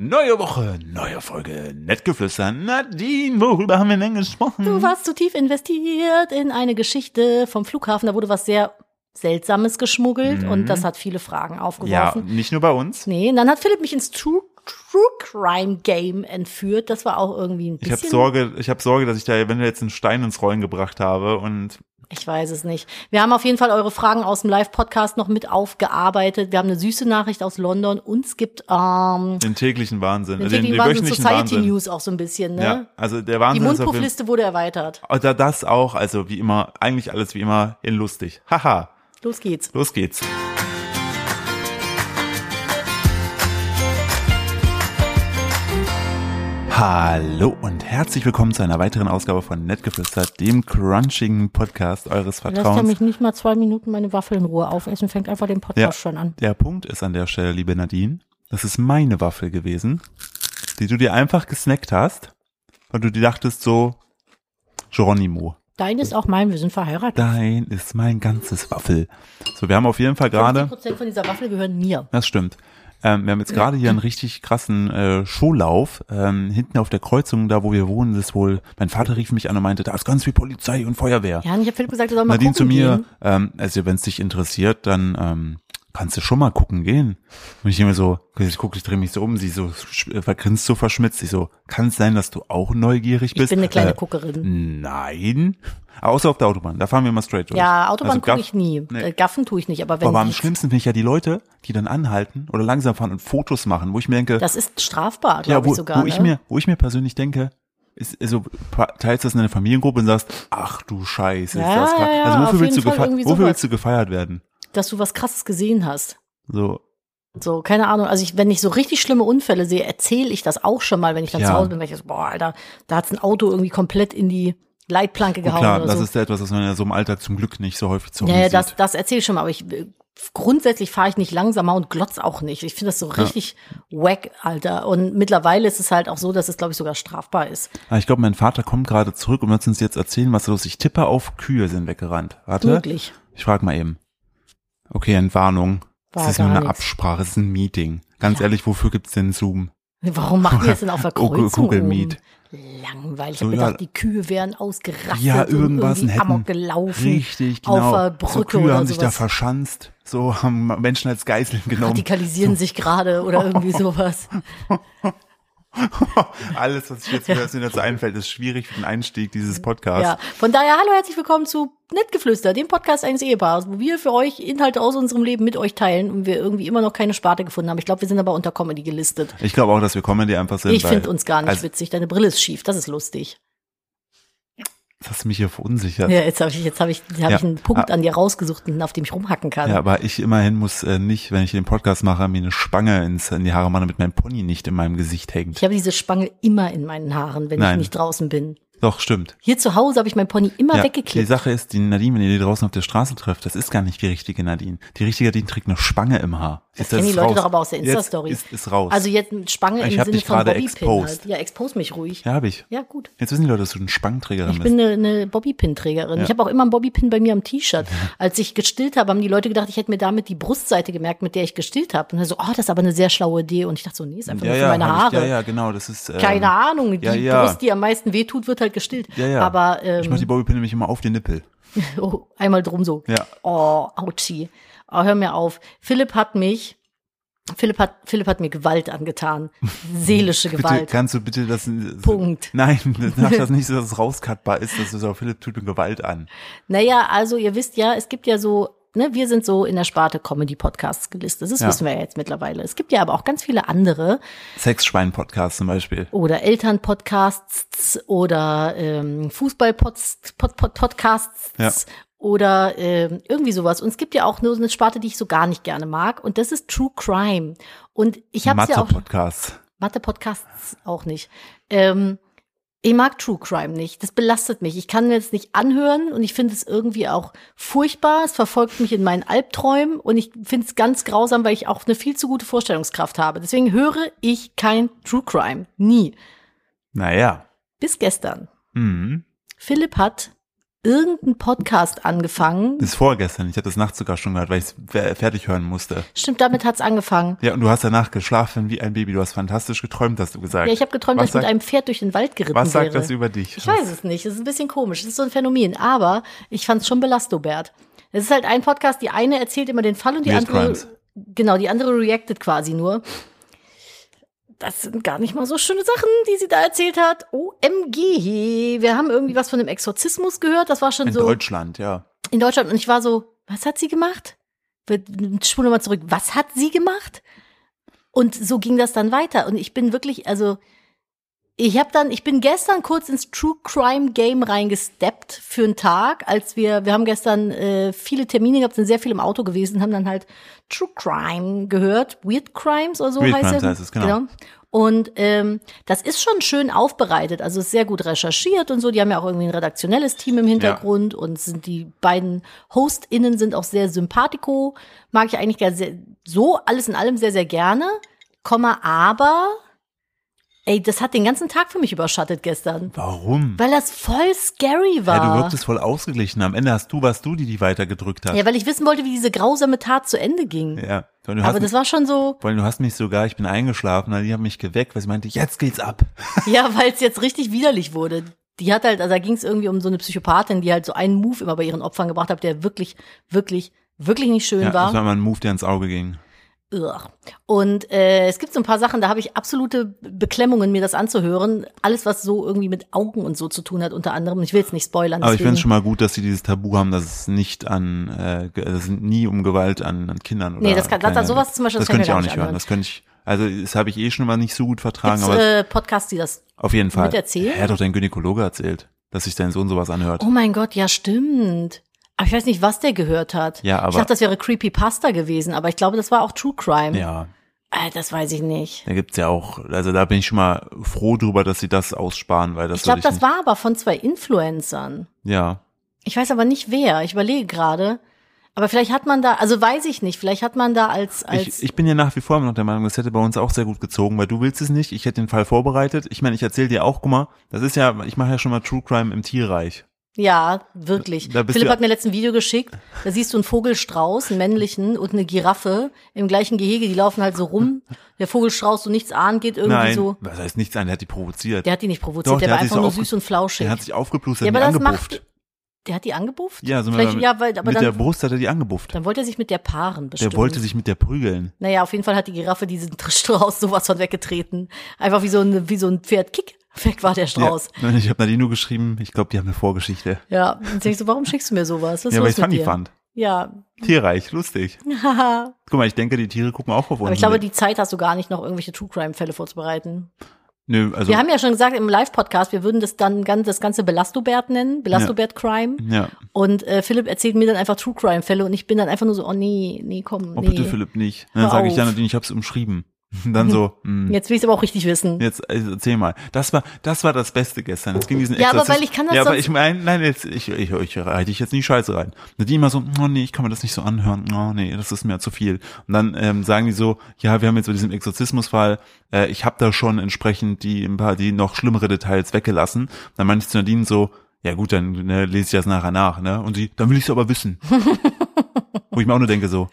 Neue Woche, neue Folge, Nettgeflüster. Nadine, worüber haben wir denn gesprochen? Du warst zu tief investiert in eine Geschichte vom Flughafen. Da wurde was sehr Seltsames geschmuggelt Mhm. und das hat viele Fragen ja, aufgeworfen. nicht nur bei uns. Nee, und dann hat Philipp mich ins True, True Crime Game entführt. Das war auch irgendwie ein Ich bisschen. habe Sorge, ich habe Sorge, dass ich da eventuell jetzt einen Stein ins Rollen gebracht habe und Ich weiß es nicht. Wir haben auf jeden Fall eure Fragen aus dem Live-Podcast noch mit aufgearbeitet. Wir haben eine süße Nachricht aus London. Uns gibt ähm, den täglichen Wahnsinn, den, äh, Also den, den, täglichen Wahnsinn wöchentlichen Society Wahnsinn. News auch so ein bisschen. Ne? Ja, also der Die Wahnsinn ist auf jeden Mundpuffliste wurde erweitert. Oder das auch, also wie immer, eigentlich alles wie immer in lustig. Haha, Los geht's. los geht's. Hallo und herzlich willkommen zu einer weiteren Ausgabe von Nettgeflüster, dem crunchigen Podcast eures Lasst ja Vertrauens. mich nicht mal zwei Minuten meine Waffel in Ruhe aufessen. Fängt einfach den Podcast Ja. schon an. Der Punkt ist an der Stelle, liebe Nadine, das ist meine Waffel gewesen, die du dir einfach gesnackt hast, weil du dir dachtest so, Geronimo. Dein ist auch mein. Wir sind verheiratet. Dein ist mein ganzes Waffel. So, wir haben auf jeden Fall gerade, 50% von dieser Waffel gehören mir. das stimmt, ähm, wir haben jetzt gerade hier einen richtig krassen äh, Showlauf. Ähm, hinten auf der Kreuzung, da wo wir wohnen, ist wohl, mein Vater rief mich an und meinte, da ist ganz viel Polizei und Feuerwehr. Ja, und ich habe Philipp gesagt, er soll mal Nadine gucken zu mir, gehen. ähm, also wenn es dich interessiert, dann ähm, kannst du schon mal gucken gehen. Und ich immer so, ich gucke, ich drehe mich so um, sie so sch- äh, vergrinst so verschmitzt. Ich so, kann es sein, dass du auch neugierig Ich bist? bin eine kleine Äh, Guckerin. Nein. Außer auf der Autobahn, da fahren wir immer straight durch. Also Ja, Autobahn guck Gaff- gucke ich nie. Nee. Äh, Gaffen tue ich nicht, aber wenn Aber am ich- schlimmsten finde ich ja die Leute, die dann anhalten oder langsam fahren und Fotos machen, wo ich mir denke, das ist strafbar, ja, glaube wo, ich sogar. wo, ich ne? mir, wo ich mir persönlich denke, ist, also pa- teilst das in einer Familiengruppe und sagst, ach du Scheiße, ist Ja, das krass. ja, ja, also auf wofür, willst du, jeden Fall gefeiert, irgendwie wofür sowas. willst du gefeiert werden? dass du was Krasses gesehen hast. So, oh, So, keine Ahnung. Also ich, wenn ich so richtig schlimme Unfälle sehe, erzähle ich das auch schon mal, wenn ich dann Ja. zu Hause bin, weil ich so, boah, Alter, da hat's ein Auto irgendwie komplett in die Leitplanke und gehauen klar, oder das so. ist ja etwas, was man ja so im Alltag zum Glück nicht so häufig zu also ja, ja, sieht. das, das erzähle ich schon mal, aber ich äh, grundsätzlich fahre ich nicht langsamer und glotz auch nicht. Ich finde das so richtig wack, Alter. Und mittlerweile ist es halt auch so, dass es, glaube ich, sogar strafbar ist. Aber Ah, ich glaube, mein Vater kommt gerade zurück und wird uns jetzt erzählen, was los ist. Ich tippe auf, Kühe sind weggerannt. Warte, Möglich. ich frage mal eben. Okay, Entwarnung. War es ist gar nur eine nichts. Absprache, es ist ein Meeting. Ganz Ja. ehrlich, wofür gibt's denn Zoom? Warum machen die das denn auf der Google- Kreuzung? Google um? Meet. Langweilig. Ich So, habe ja. gedacht, die Kühe wären ausgerastet Ja, und irgendwas irgendwie hätten. Amok gelaufen. Richtig, genau. Auf der so Brücke Kühe oder haben sich da sowas. verschanzt, so haben Menschen als Geiseln genommen. Radikalisieren sich gerade oder irgendwie sowas. Alles, was ich jetzt mir dazu- dazu einfällt, ist schwierig für den Einstieg dieses Podcasts. Ja. Von daher, hallo, herzlich willkommen zu Nettgeflüster, dem Podcast eines Ehepaars, wo wir für euch Inhalte aus unserem Leben mit euch teilen und wir irgendwie immer noch keine Sparte gefunden haben. Ich glaube, wir sind aber unter Comedy gelistet. Ich glaube auch, dass wir Comedy einfach sind. Ich weil- finde uns gar nicht also, witzig. Deine Brille ist schief. Das ist lustig. Das hast mich hier verunsichert. Ja. Ja, jetzt habe ich, jetzt habe ich, hab Ja. ich einen Punkt Ah. an dir rausgesucht, auf dem ich rumhacken kann. aber ich immerhin muss äh, nicht, wenn ich den Podcast mache, mir eine Spange ins, in die Haare machen, damit mein Pony nicht in meinem Gesicht hängt. Ich habe diese Spange immer in meinen Haaren, wenn Nein. ich nicht draußen bin. Doch, stimmt. Hier zu Hause habe ich mein Pony immer die weggeklickt. Sache ist, die Nadine, wenn ihr die draußen auf der Straße trefft, das ist gar nicht die richtige Nadine. Die richtige Nadine trägt eine Spange im Haar. Das Ist kennen die ist Leute raus. doch aber aus der Jetzt Insta-Story. Ist, ist raus. Also jetzt mit Spange Ich im hab Sinne dich von gerade Bobbypin exposed. halt. Ja, expose mich ruhig. ja, habe ich. Ja, gut. Jetzt wissen die Leute, dass du eine Spangenträgerin Ich bist. bin eine, eine Bobbypin-Trägerin. Ich habe auch immer einen Bobbypin bei mir am T-Shirt. Als ich gestillt habe, haben die Leute gedacht, ich hätte mir damit die Brustseite gemerkt, mit der ich gestillt habe. Und dann so, oh, das ist aber eine sehr schlaue Idee. Und ich dachte so, nee, ist einfach nur für meine hab Haare. Ich, ja, ja, genau. Das ist. Ähm, Keine Ahnung, die ja, ja. Brust, die am meisten wehtut, wird halt gestillt. Ja, ja. Aber ich mach die ähm, Bobbypin nämlich immer auf den Nippel. oh, einmal drum so. Ja. Oh, Autschi. Oh, hör mir auf. Philipp hat mich, Philipp hat, Philipp hat mir Gewalt angetan. Seelische Bitte, Gewalt. kannst du bitte das. Punkt. Nein, das- mach das nicht so, dass es rauskatbar ist. Das ist auch Philipp tut mir Gewalt an. Naja, also ihr wisst ja, es gibt ja so, ne, wir sind so in der Sparte Comedy-Podcasts gelistet. Das Ja. wissen wir ja jetzt mittlerweile. Es gibt ja aber auch ganz viele andere Sexschwein-Podcast zum Beispiel. oder Eltern-Podcasts oder ähm, Fußball-Podcasts Pod, Pod, Podcasts Ja. oder ähm, irgendwie sowas. Und es gibt ja auch nur so eine Sparte, die ich so gar nicht gerne mag. Und das ist True Crime. Und ich habe ja auch Mathe-Podcast. Mathe-Podcasts auch nicht. Ähm, ich mag True Crime nicht. Das belastet mich. Ich kann mir das nicht anhören und ich finde es irgendwie auch furchtbar. Es verfolgt mich in meinen Albträumen und ich finde es ganz grausam, weil ich auch eine viel zu gute Vorstellungskraft habe. Deswegen höre ich kein True Crime. Nie. Naja. Bis gestern. Mhm. Philipp hat irgendeinen Podcast angefangen. Ist vorgestern. Ich habe das nachts sogar schon gehört, weil ich es fertig hören musste. Stimmt, damit hat's angefangen. Ja, und du hast danach geschlafen wie ein Baby. Du hast fantastisch geträumt, hast du gesagt. Ja, ich habe geträumt, Was dass ich mit sagt- einem Pferd durch den Wald geritten Was sagt wäre. das über dich? Ich weiß es nicht. Es ist ein bisschen komisch. Es ist so ein Phänomen. Aber ich fand es schon belastobert. Es ist halt ein Podcast, die eine erzählt immer den Fall und die Weird andere. Crimes. Genau, die andere reactet quasi nur. Das sind gar nicht mal so schöne Sachen, die sie da erzählt hat. OMG. E. Wir haben irgendwie was von dem Exorzismus gehört. Das war schon In so Deutschland, ja. in Deutschland. Und ich war so, was hat sie gemacht? Wir spulen nochmal zurück. Was hat sie gemacht? Und so ging das dann weiter. Und ich bin wirklich, also, ich habe dann, ich bin gestern kurz ins True Crime Game reingesteppt für einen Tag, als wir, wir haben gestern äh, viele Termine gehabt, sind sehr viel im Auto gewesen, haben dann halt True Crime gehört, Weird Crimes oder so Weird heißt, Crimes er. heißt es, genau. Und ähm, das ist schon schön aufbereitet, also ist sehr gut recherchiert und so. Die haben ja auch irgendwie ein redaktionelles Team im Hintergrund und sind die beiden HostInnen sind auch sehr sympathico. Mag ich eigentlich gar sehr, so alles in allem sehr, sehr gerne. Komma, aber ey, das hat den ganzen Tag für mich überschattet gestern. Warum? Weil das voll scary war. Ja, du wirktest voll ausgeglichen. Am Ende hast du, warst du, die die weitergedrückt hat. Ja, weil ich wissen wollte, wie diese grausame Tat zu Ende ging. Ja. Und Du hast, Aber das war schon so, vor allem, du hast mich sogar, ich bin eingeschlafen, die haben mich geweckt, weil sie meinte, jetzt geht's ab. ja, weil es jetzt richtig widerlich wurde. Die hat halt, also da ging es irgendwie um so eine Psychopathin, die halt so einen Move immer bei ihren Opfern gebracht hat, der wirklich, wirklich, wirklich nicht schön Ja, das war. war mal ein Move, der ins Auge ging. Ugh. Und äh, es gibt so ein paar Sachen, da habe ich absolute Beklemmungen, mir das anzuhören. Alles, was so irgendwie mit Augen und so zu tun hat, unter anderem. Ich will es nicht spoilern. Aber ich finde deswegen- es schon mal gut, dass sie dieses Tabu haben, dass es nicht an, äh, ge- also es sind nie um Gewalt an, an Kindern oder Nee, das kann- das- Kleinen- sowas zum Beispiel, das das kann könnte ich ich mir auch gar nicht nicht hören. anhören. Das könnte ich, also das habe ich eh schon mal nicht so gut vertragen, Gibt's, aber äh, Podcasts, die das. auf jeden Fall. mit erzählen? Er hat doch dein Gynäkologe erzählt, dass sich dein Sohn sowas anhört. Oh mein Gott, ja, stimmt. Aber ich weiß nicht, was der gehört hat. Ja, aber- ich dachte, das wäre Creepypasta gewesen, aber ich glaube, das war auch True Crime. Ja, Äh, das weiß ich nicht. da gibt's ja auch, also da bin ich schon mal froh drüber, dass sie das aussparen, weil das Ich glaube, würde das ich war aber von zwei Influencern. nicht, ja. Ich weiß aber nicht wer. Ich überlege gerade. Aber vielleicht hat man da, also weiß ich nicht, vielleicht hat man da als, als Ich, ich bin ja nach wie vor noch der Meinung, das hätte bei uns auch sehr gut gezogen, weil du willst es nicht. Ich hätte den Fall vorbereitet. Ich meine, ich erzähle dir auch, guck mal, das ist ja, ich mache ja schon mal True Crime im Tierreich. Ja, wirklich. Da bist Philipp du- hat mir letztens ein Video geschickt. Da siehst du einen Vogelstrauß, einen männlichen und eine Giraffe im gleichen Gehege. Die laufen halt so rum. Der Vogelstrauß, so nichts ahnt, geht irgendwie Nein, so. was heißt nichts an, der hat die provoziert. Der hat die nicht provoziert, Doch, der, der war hat sich einfach so nur aufge- süß und flauschig. der hat sich aufgeplustert, ja, ja, aber die das angebufft. macht. Der hat die angebufft? Ja, sind wir Vielleicht, mal- ja, weil, aber mit der dann, Brust hat er die angebufft. dann wollte er sich mit der paaren bestimmt. Der wollte sich mit der prügeln. Naja, auf jeden Fall hat die Giraffe diesen Strauß sowas von weggetreten. Einfach wie so ein, wie so ein Pferd. Kick, weg war der Strauß. Ja. Ich habe Nadine nur geschrieben, ich glaube, die haben eine Vorgeschichte. Ja, und dann denk ich so, warum schickst du mir sowas? Was ist ja, weil los ich funny mit dir? fand. Ja, Tierreich, lustig. haha. Guck mal, ich denke, die Tiere gucken auch auf uns. Aber ich glaube, die Zeit hast du gar nicht, noch irgendwelche True Crime-Fälle vorzubereiten. Nö, also, Wir haben ja schon gesagt im Live-Podcast, wir würden das dann gan- das ganze Belastobert nennen, Belastobert-Crime. ja. Mhm. Und äh, Philipp erzählt mir dann einfach True Crime-Fälle und ich bin dann einfach nur so, oh nee, nee, komm, Oh, nee. bitte Philipp nicht. Dann Hör sage ich ja, auf. Nadine, ich hab's umschrieben. Dann so, hm. mh, Jetzt will ich aber auch richtig wissen. Jetzt also erzähl mal. Das war das war das Beste gestern. Es ging diesen Ja, aber Exorzismus- weil ich kann das Ja, aber sonst- ich meine, nein, jetzt ich ich, ich reite ich jetzt in die Scheiße rein. Und die immer so, oh nee, ich kann mir das nicht so anhören. Oh nee, das ist mir zu viel. Und dann ähm, sagen die so, ja, wir haben jetzt bei diesem Exorzismusfall, äh, ich habe da schon entsprechend die ein paar die noch schlimmere Details weggelassen. Dann meinte ich zu Nadine so, ja gut, dann ne, lese ich das nachher nach, ne? Und sie, dann will ich es aber wissen. Wo ich mir auch nur denke so,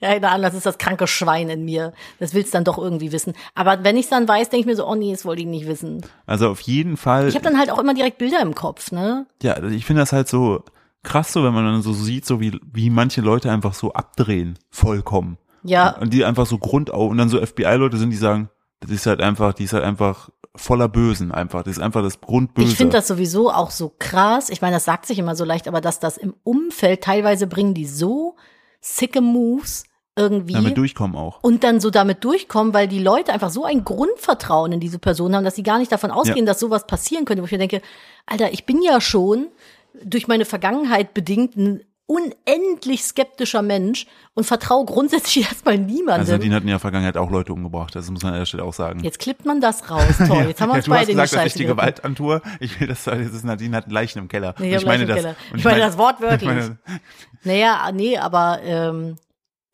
Ja, keine Ahnung, das ist das kranke Schwein in mir. Das willst dann doch irgendwie wissen. Aber wenn ich es dann weiß, denke ich mir so, oh nee, das wollte ich nicht wissen. also auf jeden Fall Ich habe dann halt auch immer direkt Bilder im Kopf, ne? Ja, also ich finde das halt so krass, so wenn man dann so sieht, so wie, wie manche Leute einfach so abdrehen, vollkommen. Ja, Und die einfach so grundau und dann so FBI-Leute sind, die sagen, das ist halt einfach, die ist halt einfach voller Bösen einfach. Das ist einfach das Grundböse. Ich finde das sowieso auch so krass. Ich meine, das sagt sich immer so leicht, aber dass das im Umfeld teilweise bringen die so sicke Moves irgendwie damit durchkommen auch. und dann so damit durchkommen, weil die Leute einfach so ein Grundvertrauen in diese Person haben, dass sie gar nicht davon ausgehen, dass sowas passieren könnte. Wo ich mir denke, Alter, ich bin ja schon durch meine Vergangenheit bedingt ein unendlich skeptischer Mensch und vertraue grundsätzlich erstmal niemandem. Also Nadine hat in der Vergangenheit auch Leute umgebracht, das muss man an der Stelle auch sagen. Jetzt klippt man das raus. Toll, jetzt haben wir ja, uns du hast beide in die gesagt, dass ich Scheiße die geritten. Gewalt antue. Ich will, dass das ist Nadine hat Leichen im Keller. Nee, ich Und hab Leichen im das. Keller. und Ich meine das wortwörtlich. ich meine- Naja, nee, aber ähm,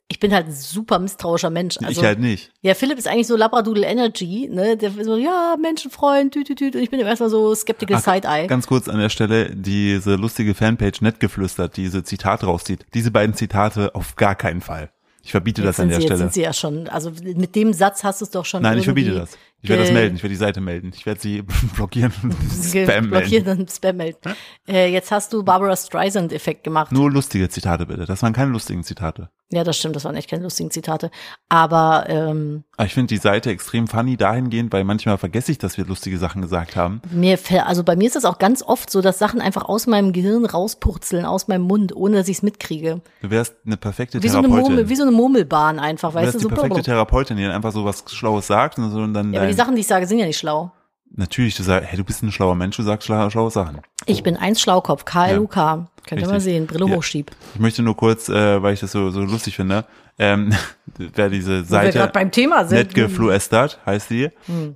Ich bin halt ein super misstrauischer Mensch. Also, ich halt nicht. Ja, Philipp ist eigentlich so Labradoodle Energy, ne? Der ist so, ja, Menschenfreund, tüt, tüt, tüt. Und ich bin ihm erstmal so skeptical Ach, Side-Eye. Ganz kurz an der Stelle, diese lustige Fanpage nett geflüstert, diese Zitate rauszieht. Diese beiden Zitate auf gar keinen Fall. Ich verbiete Jetzt das an sind der sie, Jetzt Stelle. sind sie ja schon, also mit dem Satz hast du es doch schon Nein, ich verbiete irgendwie das. Ich werde das ge- melden. Ich werde die Seite melden. Ich werde sie blockieren und ge- spam melden. blockiert und Spam melden. Äh, jetzt hast du Barbara Streisand-Effekt gemacht. Nur lustige Zitate bitte. Das waren keine lustigen Zitate. Ja, das stimmt, das waren echt keine lustigen Zitate. Aber ähm, Aber Ah, ich finde die Seite extrem funny dahingehend, weil manchmal vergesse ich, dass wir lustige Sachen gesagt haben. mir fäll- also bei mir ist das auch ganz oft so, dass Sachen einfach aus meinem Gehirn rauspurzeln, aus meinem Mund, ohne dass ich es mitkriege. Du wärst eine perfekte Wie so, eine Therapeutin. Murmel, wie so eine Murmelbahn einfach, du weißt wärst du? die So perfekte blablabla. Therapeutin, die dann einfach so was Schlaues sagt und, so und dann ja, aber dein, die Sachen, die ich sage, sind ja nicht schlau. natürlich, du sagst, hey, du bist ein schlauer Mensch, du sagst schla schlaue Sachen. Ich bin eins Schlaukopf, KLUK. Könnt ihr mal Richtig. sehen, Brille Ja. hochschieb. Ich möchte nur kurz, äh, weil ich das so, so lustig finde, ähm, wer diese Wo wir gerade Seite beim Thema sind. Hm. Netgefluestert heißt die.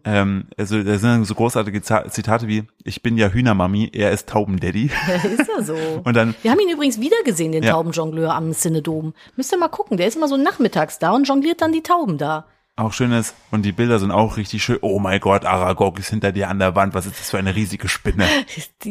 Ähm, also da sind dann so großartige Za- Zitate wie, ich bin ja Hühnermami, er ist Taubendaddy. ist ja so. Und dann, Wir haben ihn übrigens wieder gesehen, den Ja. Taubenjongleur am Synodom. Müsst ihr mal gucken, der ist immer so nachmittags da und jongliert dann die Tauben da. auch schön ist, und die Bilder sind auch richtig schön. Oh mein Gott, Aragog ist hinter dir an der Wand, was ist das für eine riesige Spinne? Die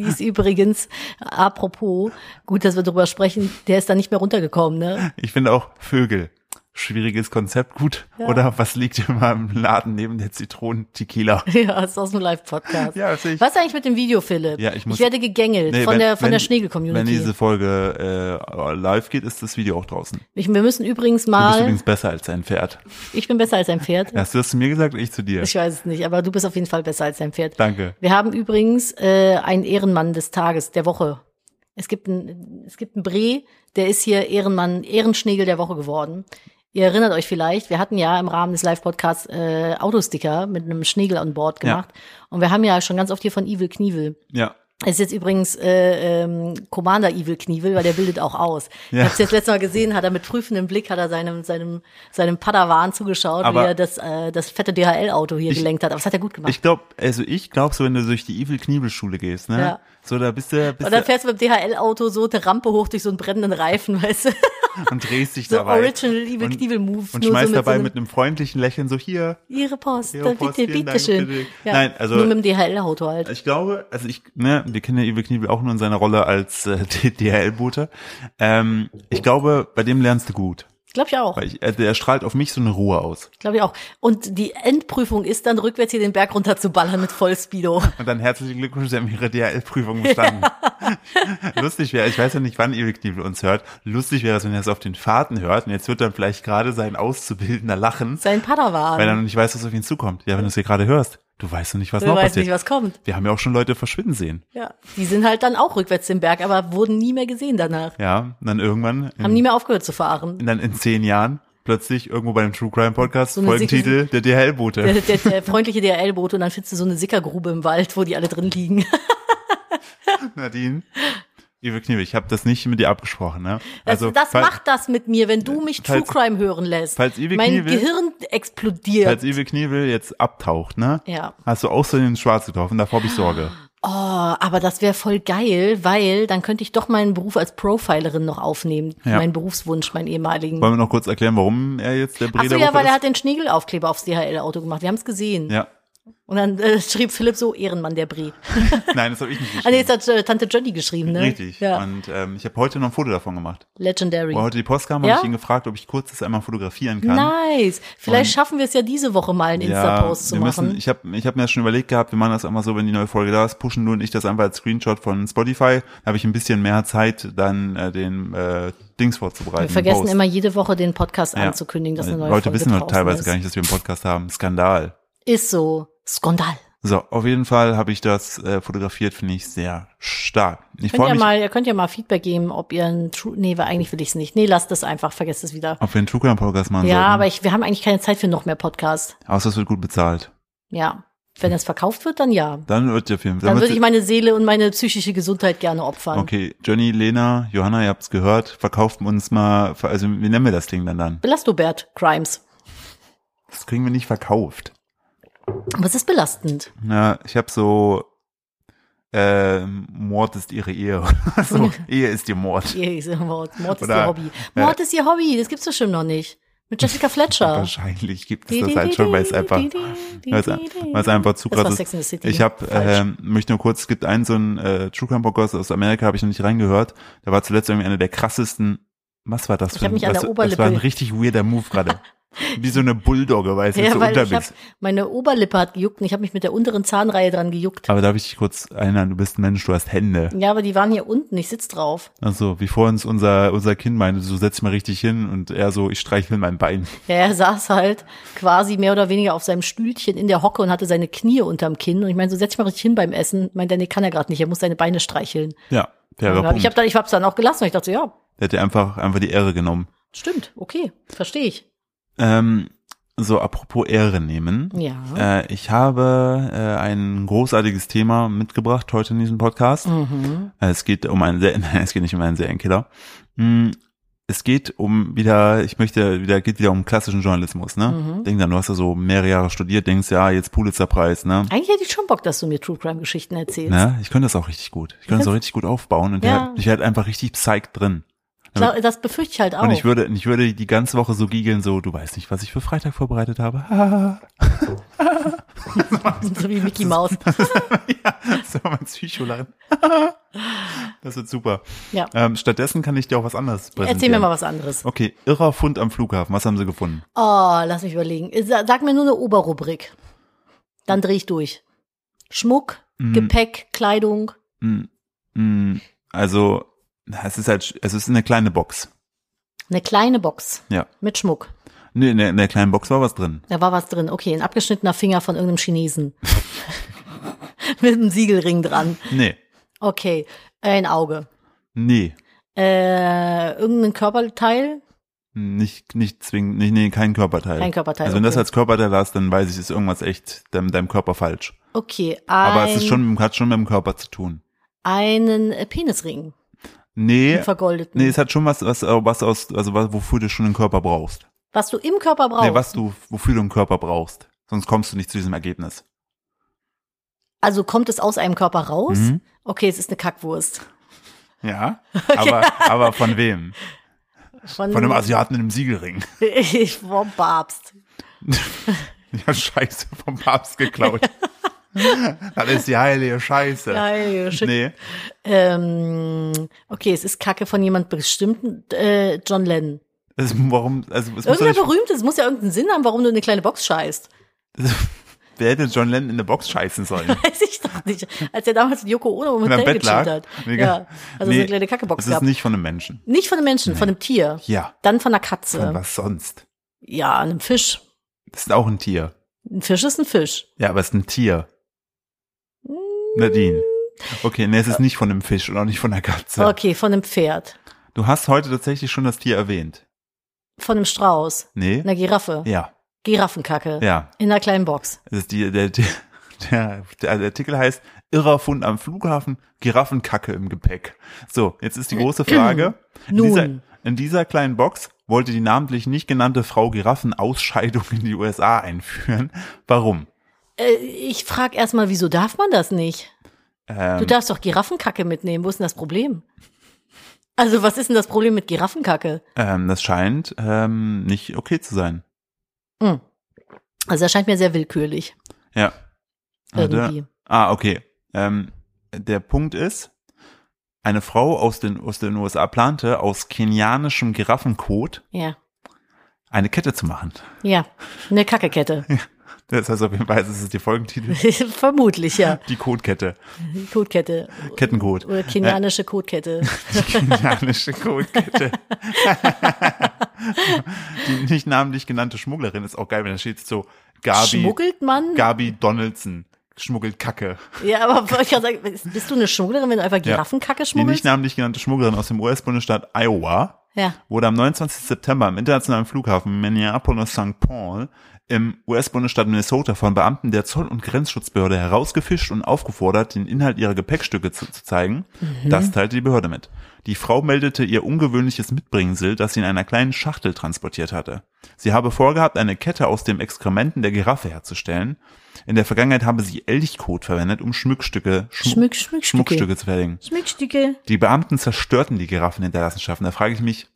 ist übrigens, apropos, gut, dass wir drüber sprechen, der ist dann nicht mehr runtergekommen, ne? Ich finde auch Vögel. Schwieriges Konzept, gut. Oder was liegt immer im Laden neben der Zitronen-Tequila? Ja, ist aus dem Live-Podcast. Ja, das sehe ich. Was ist eigentlich mit dem Video, Philipp? Ja, ich muss- ich werde gegängelt Nee, von wenn- der, von wenn- der Wenn Schneegel-Community. diese Folge äh, live geht, ist das Video auch draußen. Du Ich- Wir müssen übrigens bist mal, übrigens besser als dein Pferd. ich bin besser als ein Pferd. Hast du das zu mir gesagt? Ich zu dir. Ich weiß es nicht, aber du bist auf jeden Fall besser als dein Pferd. Danke. Wir haben übrigens äh, einen Ehrenmann des Tages, der Woche. Es gibt einen, es gibt einen Bre, der ist hier Ehrenmann, Ehrenschnegel der Woche geworden. Ihr erinnert euch vielleicht, wir hatten ja im Rahmen des Live-Podcasts äh, Autosticker mit einem Schnegel an Bord Ja. gemacht. Und wir haben ja schon ganz oft hier von Evil Knievel. Ja. Es ist jetzt übrigens äh, ähm, Commander Evil Knievel, weil der bildet auch aus. Ja. Ich hab's jetzt letztes Mal gesehen, hat er mit prüfendem Blick, hat er seinem, seinem, seinem Padawan zugeschaut, Aber- wie er das, äh, das fette DHL-Auto hier gelenkt hat. Aber das hat er gut gemacht. Ich glaube, also ich glaube so, wenn du durch die Evil Kniebelschule gehst, ne? Ja. So, da bist du, bist Und dann du fährst du mit dem DHL-Auto so eine Rampe hoch durch so einen brennenden Reifen, weißt du? und drehst dich So dabei. original Evil Und- Knievel Moves. Und schmeißt so dabei so mit einem freundlichen Lächeln so hier. Ihre Post, Ihre Ihre Post, bitte, vielen bitte Dank, schön. bitte. Nein, also- Nur mit dem DHL-Auto halt. Ich glaube, also ich, ne, wir kennen ja Evil Knievel auch nur in seiner Rolle als äh, DHL-Bote. Ähm, ich glaube, bei dem lernst du gut. Glaube ich auch. Weil ich, äh, der strahlt auf mich so eine Ruhe aus. Glaube ich auch. Und die Endprüfung ist dann rückwärts hier den Berg runter zu ballern mit Vollspeedo. Und dann herzlichen Glückwunsch, Sie haben Ihre DHL-Prüfung bestanden. Lustig wäre, ich weiß ja nicht, wann Evil Knievel uns hört. Lustig wäre es, wenn er es auf den Fahrten hört. Und jetzt wird dann vielleicht gerade sein Auszubildender lachen, Sein Padawan. weil er noch nicht weiß, was auf ihn zukommt. Ja, wenn du es hier gerade hörst, du weißt noch nicht, was Wer noch weiß passiert. nicht, was kommt. Wir haben ja auch schon Leute verschwinden sehen. Ja. Die sind halt dann auch rückwärts den Berg, aber wurden nie mehr gesehen danach. Ja, und dann irgendwann. in- Haben nie mehr aufgehört zu fahren. und dann in zehn Jahren plötzlich irgendwo bei einem True Crime Podcast So eine Folgentitel der DHL-Bote. Der, der, der freundliche DHL-Bote und dann findest du so eine Sickergrube im Wald, wo die alle drin liegen. Nadine, liebe Knievel, ich habe das nicht mit dir abgesprochen. Ne? Das, Also das fall- macht das mit mir, wenn du mich falls- True Crime hören lässt. falls Ivi mein Knievel- Gehirn explodiert. Als Iwe Knievel jetzt abtaucht, ne? Ja. Hast du auch so in den Schwarz getroffen, davor habe ich Sorge. oh, aber das wäre voll geil, weil dann könnte ich doch meinen Beruf als Profilerin noch aufnehmen. Ja. Meinen Berufswunsch, meinen ehemaligen. Wollen wir noch kurz erklären, warum er jetzt der Ach so, Breder ja, weil er ist? hat den Schniegelaufkleber aufs DHL-Auto gemacht. Wir haben es gesehen. Ja. Und dann äh, schrieb Philipp so, Ehrenmann der Brie. Nein, das habe ich nicht Ah, nee, geschrieben. jetzt hat äh, Tante Jenny geschrieben, ne? Richtig. Ja, Und ähm, ich habe heute noch ein Foto davon gemacht. legendary. Wo heute die Post kam, habe Ja? ich ihn gefragt, ob ich kurz das einmal fotografieren kann. Nice. Vielleicht schaffen wir es ja diese Woche mal einen Insta-Post zu wir machen. Müssen, ich habe ich hab mir das schon überlegt gehabt, wir machen das einmal so, wenn die neue Folge da ist, pushen du und ich das einfach als Screenshot von Spotify. Da habe ich ein bisschen mehr Zeit, dann äh, den äh, Dings vorzubereiten. Wir vergessen den Post. immer jede Woche den Podcast Ja. Äh, anzukündigen, dass eine neue Leute Folge wissen halt draußen teilweise ist. gar nicht, dass wir einen Podcast haben. Skandal. Ist so. Skandal. So, auf jeden Fall habe ich das äh, fotografiert, finde ich sehr stark. Ich Könnt freue ihr mich mal, ihr könnt ja mal Feedback geben, ob ihr ein True, nee, weil eigentlich will ich es nicht. Nee, lasst es einfach, vergesst es wieder. ob wir einen True Crime Podcast machen ja, sollten. aber ich, wir haben eigentlich keine Zeit für noch mehr Podcast. Außer es wird gut bezahlt. Ja. Wenn es verkauft wird, dann ja. Dann wird der Film. Dann wird- würde ich meine Seele und meine psychische Gesundheit gerne opfern. okay, Johnny, Lena, Johanna, ihr habt's gehört. Verkauft uns mal, also wie nennen wir das Ding dann dann? Belastobert Crimes. Das kriegen wir nicht verkauft. Aber es ist belastend. Na, ich habe so, äh, Mord ist ihre Ehe. so, Ehe ist ihr Mord. Ihr ist ihr Mord. Mord ist Oder, ihr Hobby. Mord ist ihr Hobby, das gibt's bestimmt noch nicht. Mit Jessica Fletcher. Wahrscheinlich gibt es das halt schon, weil es einfach, weil es, weil es einfach zu Das war krass Sex ist. and the City. Ich habe, Hm, Falsch. ähm, möchte nur kurz, es gibt einen so einen äh, True Crime Podcast aus Amerika, habe ich noch nicht reingehört. Da war zuletzt irgendwie einer der krassesten, was war das Ich für hab mich an was, der Das war ein Oberlippe- richtig weirder Move gerade. Wie so eine Bulldogge, weißt du, Ja, so weil ich hab, unterwegs. meine Oberlippe hat gejuckt und ich habe mich mit der unteren Zahnreihe dran gejuckt. Aber darf ich dich kurz erinnern, du bist ein Mensch, du hast Hände. Ja, aber die waren hier unten, ich sitz drauf. Also, wie vorhin unser, unser Kind meinte, so setz dich mal richtig hin und er so, ich streichel mein Bein. Ja, er saß halt quasi mehr oder weniger auf seinem Stühlchen in der Hocke und hatte seine Knie unterm Kinn. Und ich meine, so setz dich mal richtig hin beim Essen. Meint er, nee, kann er gerade nicht, er muss seine Beine streicheln. Ja, fairer Und hab- Punkt. ich habe dann, ich hab's dann auch gelassen und ich dachte, so, ja, der hat dir einfach, einfach die Ehre genommen. stimmt, okay, verstehe ich. Ähm, so, apropos Ehre nehmen. Ja. Äh, ich habe äh, ein großartiges Thema mitgebracht heute in diesem Podcast. Mhm. Äh, Es geht um einen sehr, nein, es geht nicht um einen Serienkiller. Mm, Es geht um wieder, ich möchte wieder, geht wieder um klassischen Journalismus, ne? Mhm. Denk dann, du hast ja so mehrere Jahre studiert, denkst ja, jetzt Pulitzer-Preis, ne? Eigentlich hätte ich schon Bock, dass du mir True Crime Geschichten erzählst. Ne? Ich könnte das auch richtig gut. Ich könnte das auch richtig gut aufbauen und Ja. ja. ich hätte halt einfach richtig psyched drin. Klar, das befürchte ich halt auch. Und ich würde, ich würde die ganze Woche so giegeln, so, du weißt nicht, was ich für Freitag vorbereitet habe. so wie Mickey Mouse. ja, das war mein Psycholachen. das wird super. Ja. Ähm, stattdessen kann ich dir auch was anderes präsentieren. Erzähl mir mal was anderes. Okay, irrer Fund am Flughafen. Was haben sie gefunden? Oh, lass mich überlegen. Sa- Sag mir nur eine Oberrubrik. Dann drehe ich durch. Schmuck, Mhm. Gepäck, Kleidung. Hm, hm, Also, na, es ist halt, sch- es ist eine kleine Box. Eine kleine Box Ja. mit Schmuck. Nee, in der, in der kleinen Box war was drin. Da war was drin. Okay, ein abgeschnittener Finger von irgendeinem Chinesen. mit einem Siegelring dran. Nee, Okay, ein Auge. nee, Äh, irgendein Körperteil? nicht, nicht zwingend, nee, nee, kein Körperteil. Kein Körperteil, Also, wenn das okay. als Körperteil da ist, dann weiß ich, ist irgendwas echt deinem, deinem Körper falsch. Okay, ein, Aber es ist schon, hat schon mit dem Körper zu tun. einen äh, Penisring. Nee, Einen vergoldeten. nee, es hat schon was, was, was aus, also, was, wofür du schon den Körper brauchst. was du im Körper brauchst. Nee, was du, wofür du einen Körper brauchst. Sonst kommst du nicht zu diesem Ergebnis. Also kommt es aus einem Körper raus? Mhm. Okay, es ist eine Kackwurst. Ja, aber, aber von wem? Von Mm. einem Asiaten in einem Siegelring. Ich vom Papst. Ja, scheiße, vom Papst geklaut. das ist die heilige Scheiße. Geil, shit. Nee, Ähm, okay, es ist Kacke von jemand bestimmten, äh, John Lennon. es, warum, also, es muss doch Irgendwer nicht, berühmtes, muss ja irgendeinen Sinn haben, warum du in eine kleine Box scheißt. wer hätte John Lennon in eine Box scheißen sollen? Weiß ich doch nicht. Als er damals mit Yoko Ono im Wenn er im Hotel Bett gechillt lag. hat. Ja, also so Nee, eine kleine Kackebox Es ist gab. Nicht, nicht von einem Menschen. von einem Menschen, von einem Tier. Ja, Dann von einer von Katze. was sonst? Ja, einem Fisch. Das ist auch ein Tier. Ein Fisch ist ein Fisch. Ja, aber es ist ein Tier. Nadine. Okay, nee, es ist nicht von einem Fisch und auch nicht von einer Katze. Mm. Äh. Okay, von einem Pferd. Du hast heute tatsächlich schon das Tier erwähnt. Von einem Strauß. Nee? Einer Giraffe. Ja, Giraffenkacke. ja. In einer kleinen Box. Es ist die, der, der, der, der Artikel heißt Irrer Fund am Flughafen, Giraffenkacke im Gepäck. So, jetzt ist die große Frage. In Nun. dieser, in dieser kleinen Box wollte die namentlich nicht genannte Frau Giraffen Ausscheidung in die USA einführen. Warum? Äh, ich frage erstmal, wieso darf man das nicht? Du Ähm, darfst doch Giraffenkacke mitnehmen. Wo ist denn das Problem? Also, was ist denn das Problem mit Giraffenkacke? ähm, das scheint ähm, nicht okay zu sein. Hm. Also, das scheint mir sehr willkürlich. Ja. Warte. Irgendwie. Ah, okay. Ähm, der Punkt ist, eine Frau aus den, aus den USA plante, aus kenianischem Giraffenkot Ja. eine Kette zu machen. Ja. Eine Kackekette. Das heißt auf jeden Fall, es ist der Folgentitel. Vermutlich, ja. Die Kotkette. Kotkette. Kettenkot. Oder kenianische Kotkette. Die kenianische Kotkette. die nicht namentlich genannte Schmugglerin ist auch geil, wenn da steht so Gabi, Schmuggelt man? Gabi Donaldson. Schmuggelt Kacke. Ja, aber wollte ich gerade sagen, bist du eine Schmugglerin, wenn du einfach Ja. Giraffenkacke Die nicht schmuggelst? namentlich genannte Schmugglerin aus dem US-Bundesstaat Iowa Ja. wurde am 29. September am internationalen Flughafen Minneapolis St. Paul im US-Bundesstaat Minnesota von Beamten der Zoll- und Grenzschutzbehörde Mhm. herausgefischt und aufgefordert, den Inhalt ihrer Gepäckstücke zu, zu zeigen. Das teilte die Behörde mit. Die Frau meldete ihr ungewöhnliches Mitbringsel, das sie in einer kleinen Schachtel transportiert hatte. Sie habe vorgehabt, eine Kette aus dem Exkrementen der Giraffe herzustellen. In der Vergangenheit habe sie Elchkot verwendet, um Schmuckstücke, Schmu- Schmück, Schmück, Schmuckstücke zu fertigen. Schmückstücke. Die Beamten zerstörten die Giraffenhinterlassenschaften. Da frage ich mich,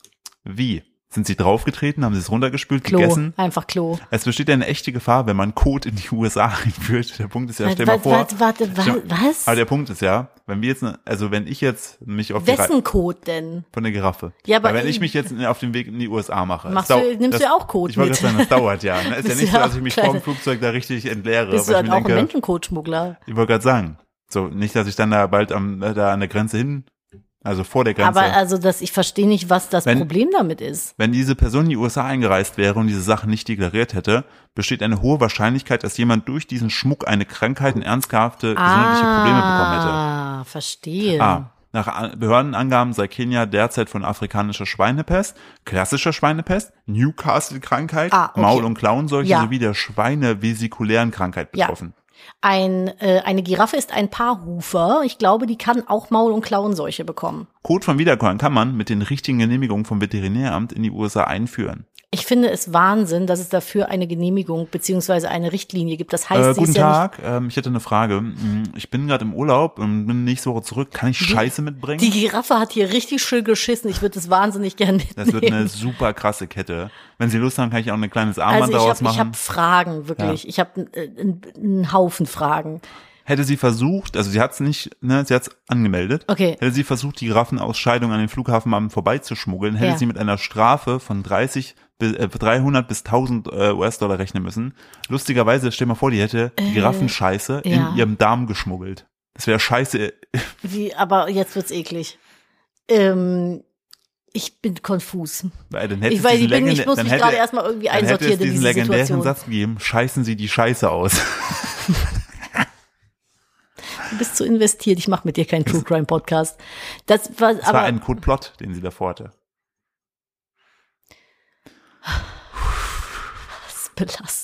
wie? Sind sie draufgetreten? Haben sie es runtergespült? Klo. Gegessen? Einfach Klo. Es besteht eine echte Gefahr, wenn man Kot in die USA einführt. Der Punkt ist ja, Warte, stell mal vor. warte, warte, stell- warte, was? Aber der Punkt ist ja, wenn wir jetzt, ne- also wenn ich jetzt mich auf die Rei- Wessen Code denn? von der Giraffe. Ja, Ja, aber aber wenn ich in- mich jetzt in- auf den Weg in die USA mache. Machst das du- dau- nimmst du das- ja auch Code Ich wollte mit. gerade sagen, das dauert ja. ne? Ist ja Bist nicht du so, ja dass ich auch mich kleine- vorm Flugzeug da richtig entleere. Bist du weil ich dann mir auch ein denke, Menschenkotschmuggler? ich wollte gerade sagen, so nicht, dass ich dann da bald am, äh, da an der Grenze hin, also vor der Grenze. Aber also, das, ich verstehe nicht, was das Wenn- Problem damit ist. Wenn diese Person in die USA eingereist wäre und diese Sachen nicht deklariert hätte, besteht eine hohe Wahrscheinlichkeit, dass jemand durch diesen Schmuck eine Krankheit und ernsthafte gesundheitliche Probleme bekommen Ah, verstehe. hätte. Ah. A. Nach A- Behördenangaben sei Kenia derzeit von afrikanischer Schweinepest, klassischer Schweinepest, Newcastle-Krankheit, Ah, okay. Maul- und Klauenseuche Ja. sowie der Schweinevesikulären Krankheit Ja. betroffen. Ein, äh, eine Giraffe ist ein Paarhufer. Ich glaube, die kann auch Maul- und Klauenseuche bekommen. Code von Wiederkäuern kann man mit den richtigen Genehmigungen vom Veterinäramt in die USA einführen. Ich finde es Wahnsinn, dass es dafür eine Genehmigung beziehungsweise eine Richtlinie gibt. Das heißt, äh, sie guten ist ja nicht, Tag, ähm, ich hätte eine Frage. Mm, Ich bin gerade im Urlaub und bin nächste Woche zurück. Kann ich Scheiße mitbringen? die Giraffe hat hier richtig schön geschissen. Ich würde das wahnsinnig gern mitnehmen. das wird eine super krasse Kette. Wenn Sie Lust haben, kann ich auch ein kleines Armband also ich daraus habe ich machen. hab Fragen, wirklich. Ich habe einen Haufen Fragen. Hätte sie versucht, also sie hat es nicht, ne, sie hat es angemeldet. Okay. Hätte sie versucht, die Giraffenausscheidung an den Flughafenamt vorbeizuschmuggeln, hätte Ja. sie mit einer Strafe von 30 bis, äh, 300 bis 1000 äh, US-Dollar rechnen müssen. Lustigerweise, stell mal vor, die hätte die Giraffenscheiße Äh, ja. in ihrem Darm geschmuggelt. Das wäre scheiße äh, Wie, aber jetzt wird's eklig. Ähm, ich bin konfus. Weil dann hätte Ich es weiß, diesen ich bin, ich legendä- muss dann mich hätte- gerade erstmal irgendwie dann hätte es einsortieren in diesen diese legendären Situation. Satz gegeben, scheißen Sie die Scheiße aus. Du bist zu investiert. Ich mache mit dir keinen True Crime Podcast. Das war, Das war aber ein Code-Plot, den sie davor hatte. das ist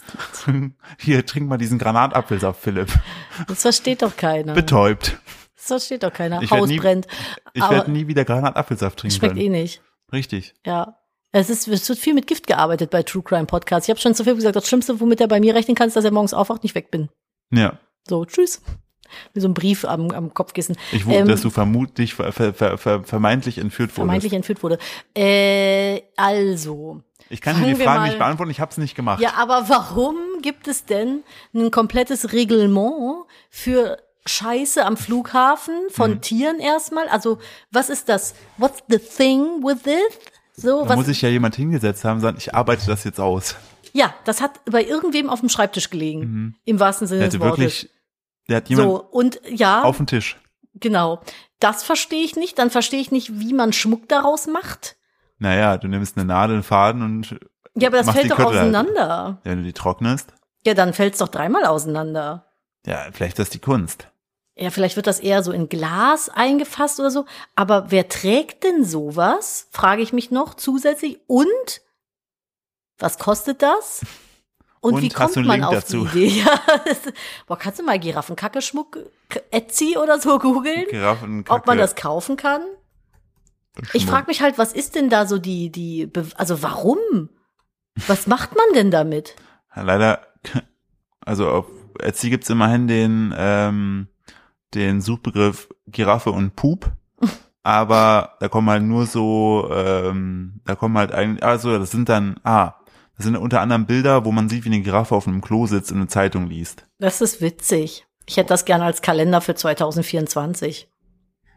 belastend. Hier, trink mal diesen Granatapfelsaft, Philipp. Das versteht doch keiner. Betäubt. Das versteht doch keiner. Ich werd Haus nie- brennt. Ich Aber- werde nie wieder Granatapfelsaft trinken Schmeckt können. eh nicht. Richtig. Ja. Es, ist, es wird viel mit Gift gearbeitet bei True Crime Podcasts. Ich habe schon zu viel gesagt, das Schlimmste, womit er bei mir rechnen kann, ist, dass er morgens aufwacht und ich weg bin. Ja. So, tschüss. Wie so ein Brief am, am Kopfkissen. Ich wusste, Ähm, dass du vermutlich, ver, ver, ver, ver, vermeintlich entführt wurdest. vermeintlich entführt wurde. Äh, also. Ich kann dir Fangen die wir Fragen mal- nicht beantworten, ich habe es nicht gemacht. Ja, aber warum gibt es denn ein komplettes Reglement für Scheiße am Flughafen von Mhm. Tieren erstmal? Also, was ist das? What's the thing with this? So, Da was, muss ich ja jemand hingesetzt haben und sagen, ich arbeite das jetzt aus. ja, das hat bei irgendwem auf dem Schreibtisch gelegen. Im wahrsten Sinne Der des hatte Wortes. Mhm. wirklich, der hat jemand so, ah. und ja. auf den Tisch. Genau. Das verstehe ich nicht. Dann verstehe ich nicht, wie man Schmuck daraus macht. Naja, du nimmst eine Nadel, einen Faden und Ja, aber das Machst die fällt doch Kürtel halt. auseinander. wenn du die trocknest, Ja, dann fällt's doch dreimal auseinander. Ja, vielleicht ist das die Kunst. Ja, vielleicht wird das eher so in Glas eingefasst oder so. Aber wer trägt denn sowas? Frage ich mich noch zusätzlich. Und was kostet das? Und, Und wie hast kommt du einen man Link auf dazu? die Idee? Ja, das, boah, kannst du mal Giraffenkacke-Schmuck K- Etsy oder so googeln? Giraffenkacke. Ob man das kaufen kann? Ich frage mich halt, was ist denn da so die, die, Be- also warum? Was macht man denn damit? Leider, also auf Etsy gibt's immerhin den, ähm, den Suchbegriff Giraffe und Pup. Aber da kommen halt nur so, ähm, da kommen halt eigentlich, also das sind dann, ah, das sind unter anderem Bilder, wo man sieht, wie eine Giraffe auf einem Klo sitzt und eine Zeitung liest. Das ist witzig. Ich hätte das gerne als Kalender für 2024.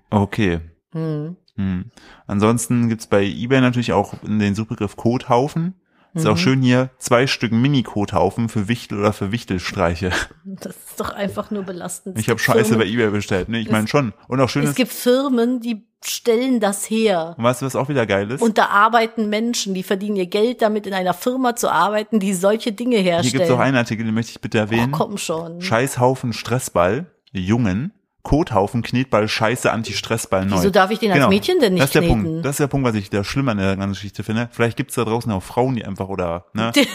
Okay. Hm. Hm. Ansonsten gibt's bei eBay natürlich auch den Suchbegriff Kothaufen. Ist auch schön hier zwei Stück Mini-Kothaufen für Wichtel oder für Wichtelstreiche. Das ist doch einfach nur belastend. Es Ich habe gibt Scheiße bei Firmen, eBay bestellt. Ne, ich meine schon. Und auch schön Es ist, gibt Firmen, die stellen das her. und weißt du, was auch wieder geil ist? Und da arbeiten Menschen, die verdienen ihr Geld damit, in einer Firma zu arbeiten, die solche Dinge Hier herstellt. gibt's auch einen Artikel, den möchte ich bitte oh, erwähnen. komm schon. Scheißhaufen Stressball, Jungen, Kothaufen, Knetball, Scheiße, Anti-Stressball neu. Genau. Wieso darf ich den als Mädchen denn nicht Das ist der kneten? Punkt. Das ist der Punkt, was ich da schlimm an der ganzen Geschichte finde. Vielleicht gibt's da draußen auch Frauen, die einfach oder, ne? die,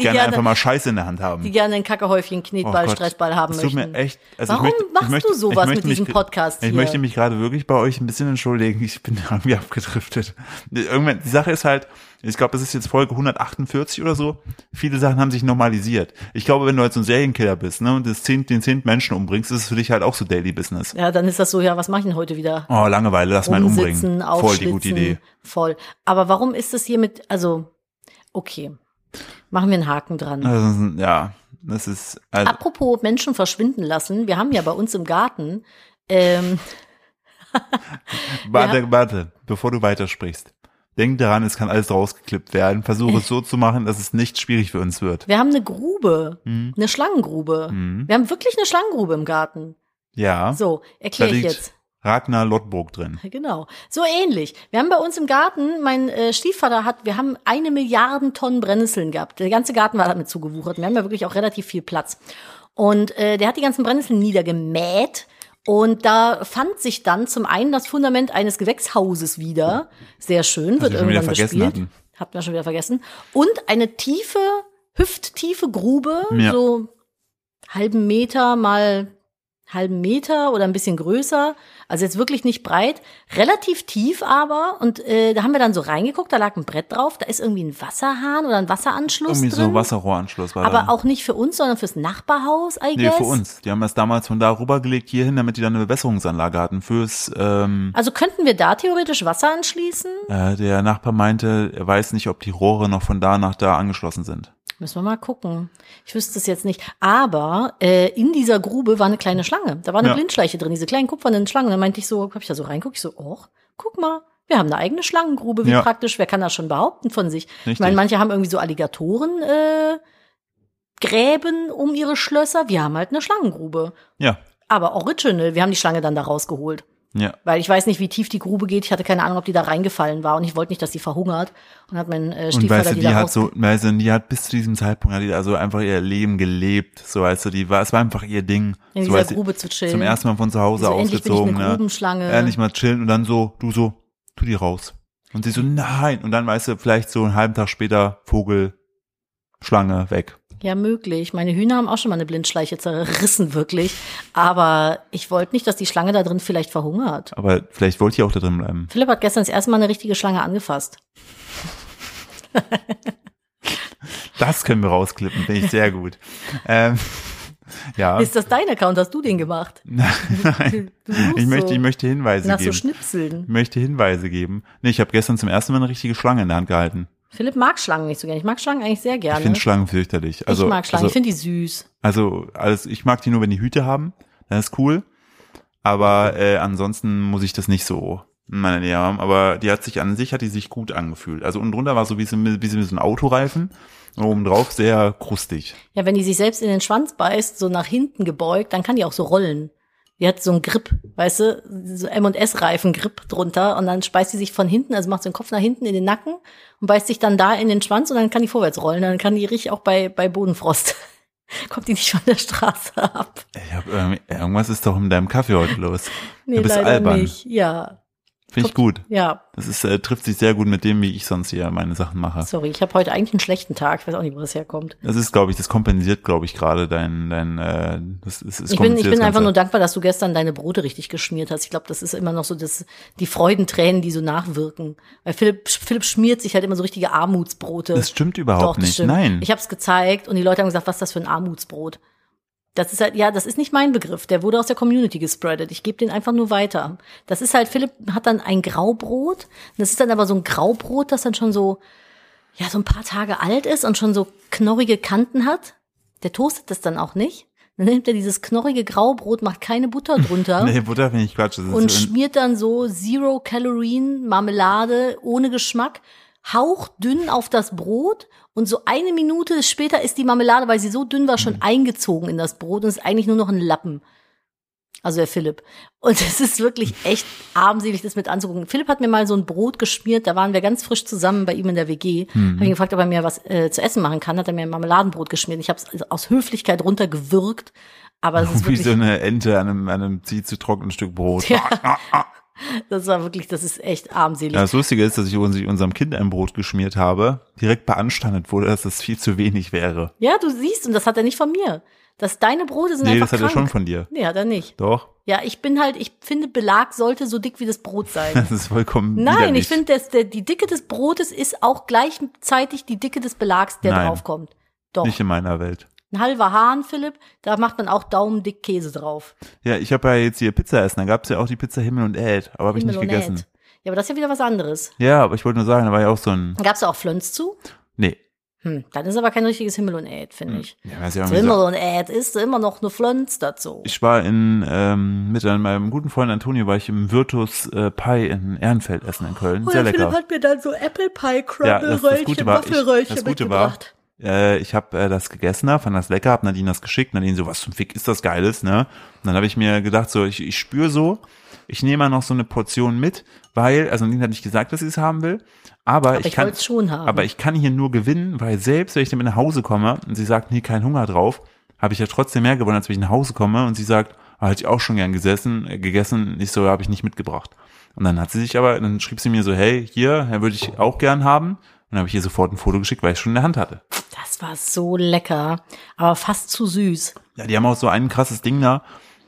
gerne gerne- einfach mal Scheiße in der Hand haben. die gerne ein Kackehäufchen, Knetball, Oh Gott, Stressball haben es tut möchten. mir echt, also Warum ich möchte, machst ich möchte, du sowas ich mit möchte mich- diesem Podcast Ich hier? möchte mich gerade wirklich bei euch ein bisschen entschuldigen. Ich bin irgendwie abgedriftet. Irgendwann, die Sache ist halt, ich glaube, es ist jetzt Folge 148 oder so. Viele Sachen haben sich normalisiert. Ich glaube, wenn du halt so ein Serienkiller bist, ne, und das zehn, den zehnten Menschen umbringst, ist es für dich halt auch so Daily Business. Ja, dann ist das so, ja, was mache ich denn heute wieder? Oh, Langeweile, lass mal einen umbringen. Rumsitzen, Voll aufschlitzen. die gute Idee. Voll. Aber warum ist das hier mit, also, okay. Machen wir einen Haken dran. Also, ja, das ist, also, Apropos Menschen verschwinden lassen, wir haben ja bei uns im Garten, ähm, Warte, warte, bevor du weitersprichst. Denk daran, es kann alles rausgeklippt werden. Versuche es so zu machen, dass es nicht schwierig für uns wird. wir haben eine Grube, Mhm. eine Schlangengrube. Mhm. Wir haben wirklich eine Schlangengrube im Garten. Ja, So, da erkläre ich liegt jetzt. Ragnar Lodbrok drin. Genau, so ähnlich. Wir haben bei uns im Garten, mein äh, Stiefvater hat, wir haben eine Milliarden Tonnen Brennnesseln gehabt. Der ganze Garten war damit zugewuchert. Wir haben ja wirklich auch relativ viel Platz. Und äh, der hat die ganzen Brennnesseln niedergemäht. Und da fand sich dann zum einen das Fundament eines Gewächshauses wieder. Sehr schön, wird wir schon wieder irgendwann vergessen bespielt. hatten. Habt ihr schon wieder vergessen. Und eine tiefe, hüfttiefe Grube, Ja. so halben Meter mal halben Meter oder ein bisschen größer, also jetzt wirklich nicht breit, relativ tief aber. Und äh, da haben wir dann so reingeguckt, da lag ein Brett drauf, da ist irgendwie ein Wasserhahn oder ein Wasseranschluss Irgendwie so drin. ein Wasserrohranschluss war aber da. auch nicht für uns, sondern fürs Nachbarhaus, I Nee, guess. für uns. Die haben das damals von da rübergelegt hierhin, damit die dann eine Bewässerungsanlage hatten. Fürs, ähm, Also könnten wir da theoretisch Wasser anschließen? äh, der Nachbar meinte, er weiß nicht, ob die Rohre noch von da nach da angeschlossen sind. Müssen wir mal gucken. Ich wüsste es jetzt nicht. Aber äh, in dieser Grube war eine kleine Schlange. Da war eine Ja. Blindschleiche drin, diese kleinen kupfernen Schlangen. Da meinte ich so, hab ich da so reinguckt, ich so, och, guck mal, wir haben eine eigene Schlangengrube, wie Ja. praktisch, wer kann das schon behaupten von sich? Ich Richtig. meine, manche haben irgendwie so Alligatoren äh, Gräben um ihre Schlösser. Wir haben halt eine Schlangengrube. Ja, Aber original, wir haben die Schlange dann da rausgeholt. ja. Weil ich weiß nicht, wie tief die Grube geht. Ich hatte keine Ahnung, ob die da reingefallen war und ich wollte nicht, dass die verhungert. Und hat mein äh, Und Stiefvater weißt du, die, die da hat raus- so, weißt du, die hat bis zu diesem Zeitpunkt hat die also einfach ihr Leben gelebt. So weißt du, die war, es war einfach ihr Ding. in so, dieser weißt du, Grube zu chillen. Zum ersten Mal von zu Hause So, endlich bin ich äh, ausgezogen. eine Grubenschlange. ne? Endlich mal chillen und dann so, du so, tu die raus. Und sie so, Mhm. nein. Und dann weißt du, vielleicht so einen halben Tag später, Vogel, Schlange, weg. Ja, möglich. Meine Hühner haben auch schon mal eine Blindschleiche zerrissen, wirklich. Aber ich wollte nicht, dass die Schlange da drin vielleicht verhungert. Aber vielleicht wollte ich auch da drin bleiben. Philipp hat gestern das erste Mal eine richtige Schlange angefasst. Das können wir rausklippen, finde ich sehr gut. ähm, ja. Ist das dein Account? Hast du den gemacht? Nein. Du suchst Ich möchte, so ich möchte Hinweise nach so geben. Schnipseln. ich möchte Hinweise geben. Nee, ich habe gestern zum ersten Mal eine richtige Schlange in der Hand gehalten. Philipp mag Schlangen nicht so gerne. Ich mag Schlangen eigentlich sehr gerne. Ich finde Schlangen fürchterlich. Also, ich mag Schlangen. Also, ich finde die süß. Also alles, ich mag die nur, wenn die Hüte haben, dann ist cool. Aber äh, ansonsten muss ich das nicht so in meiner Nähe haben. Aber die hat sich an sich, hat die sich gut angefühlt. Also unten drunter war so wie so, wie so ein Autoreifen und oben drauf sehr krustig. Ja, wenn die sich selbst in den Schwanz beißt, so nach hinten gebeugt, dann kann die auch so rollen. Die hat so einen Grip, weißt du, so M&S-Reifen-Grip drunter und dann speist die sich von hinten, also macht so den Kopf nach hinten in den Nacken und beißt sich dann da in den Schwanz und dann kann die vorwärts rollen. Dann kann die richtig auch bei, bei Bodenfrost. Kommt die nicht von der Straße ab. Ich hab, irgendwie- irgendwas ist doch in deinem Kaffee heute los. Nee, Du bist albern. nicht. Ja, Finde ich gut. ja, Das ist, äh, trifft sich sehr gut mit dem, wie ich sonst hier meine Sachen mache. sorry. Ich habe heute eigentlich einen schlechten Tag. Ich weiß auch nicht, wo das herkommt. Das ist, glaube ich, das kompensiert, glaube ich, gerade dein, dein, äh, das ist, es Ich bin, ich kompensiert bin das einfach Ganze. nur dankbar, dass du gestern deine Brote richtig geschmiert hast. Ich glaube, das ist immer noch so das, die Freudentränen, die so nachwirken. Weil Philipp, Philipp schmiert sich halt immer so richtige Armutsbrote. Das stimmt überhaupt das nicht. stimmt. Nein. Ich habe es gezeigt und die Leute haben gesagt, was ist das für ein Armutsbrot? Das ist halt, ja, das ist nicht mein Begriff. Der wurde aus der Community gespreadet. Ich gebe den einfach nur weiter. Das ist halt, Philipp hat dann ein Graubrot. Das ist dann aber so ein Graubrot, das dann schon so, ja, so ein paar Tage alt ist und schon so knorrige Kanten hat. Der toastet das dann auch nicht. Dann nimmt er dieses knorrige Graubrot, macht keine Butter drunter nee, Butter finde ich Quatsch. Das und ist, schmiert dann so Zero Kalorien Marmelade ohne Geschmack hauchdünn auf das Brot und so eine Minute später ist die Marmelade, weil sie so dünn war, schon eingezogen in das Brot und ist eigentlich nur noch ein Lappen. Also der Philipp. Und es ist wirklich echt armselig, das mit anzugucken. Philipp hat mir mal so ein Brot geschmiert, da waren wir ganz frisch zusammen bei ihm in der WG. Habe ihn gefragt, ob er mir was äh, zu essen machen kann. Hat er mir ein Marmeladenbrot geschmiert. Ich habe es aus Höflichkeit runtergewürgt. Aber es ist Oh, wie wirklich so eine Ente an einem, an einem viel zu trockenen Stück Brot. Das war wirklich, das ist echt armselig. Ja, das Lustige ist, dass ich uns- unserem Kind ein Brot geschmiert habe, direkt beanstandet wurde, dass das viel zu wenig wäre. Ja, du siehst, und das hat er nicht von mir. Dass deine Brote sind Nee, einfach das hat er krank. schon von dir. nee, hat er nicht. Doch, Ja, ich bin halt, ich finde, Belag sollte so dick wie das Brot sein. das ist vollkommen Nein, widerlich. ich finde, dass der- die Dicke des Brotes ist auch gleichzeitig die Dicke des Belags, der Nein. draufkommt. Doch. Nicht in meiner Welt. Ein halber Hahn, Philipp, da macht man auch daumendick Käse drauf. Ja, ich habe ja jetzt hier Pizza essen, da gab's ja auch die Pizza Himmel und Ed, aber habe ich nicht Himmel und gegessen. Erd. Ja, aber das ist ja wieder was anderes. Ja, aber ich wollte nur sagen, da war ja auch so ein, Gab's da auch Flönz zu? nee. Hm, dann ist aber kein richtiges Himmel und Äd, finde ich. Hm. Ja, weiß ich auch nicht. Himmel und Äd ist immer noch eine Flönz dazu. Ich war in, ähm, mit einem- meinem guten Freund Antonio war ich im Virtus äh, Pie in Ehrenfeld essen in Oh, Köln. Sehr lecker. hat mir dann so Apple Pie Ja, das- das Crumble-Röllchen, Gute Crumble-Röllchen, war, ich- Waffelröllchen Waffelröllchen das Gute war, mitgebracht. äh, ich habe äh, das gegessen, hab, fand das lecker, hab Nadine das geschickt, Nadine so, was zum Fick ist das Geiles, ne? Und dann habe ich mir gedacht, so, ich, ich spüre so, ich nehme mal noch so eine Portion mit, weil, also Nadine hat nicht gesagt, dass sie es haben will, aber, Aber ich, ich kann, wollte es schon haben. aber ich kann hier nur gewinnen, weil selbst wenn ich damit nach Hause komme und sie sagt, nee, kein Hunger drauf, habe ich ja trotzdem mehr gewonnen, als wenn ich nach Hause komme und sie sagt, ah, hätte ich auch schon gern gesessen, äh, gegessen, ich so, habe ich nicht mitgebracht. Und dann hat sie sich aber, dann schrieb sie mir so, hey, hier, ja, würde ich auch gern haben. Und dann habe ich ihr sofort ein Foto geschickt, weil ich es schon in der Hand hatte. Das war so lecker, aber fast zu süß. Ja, die haben auch so ein krasses Ding da.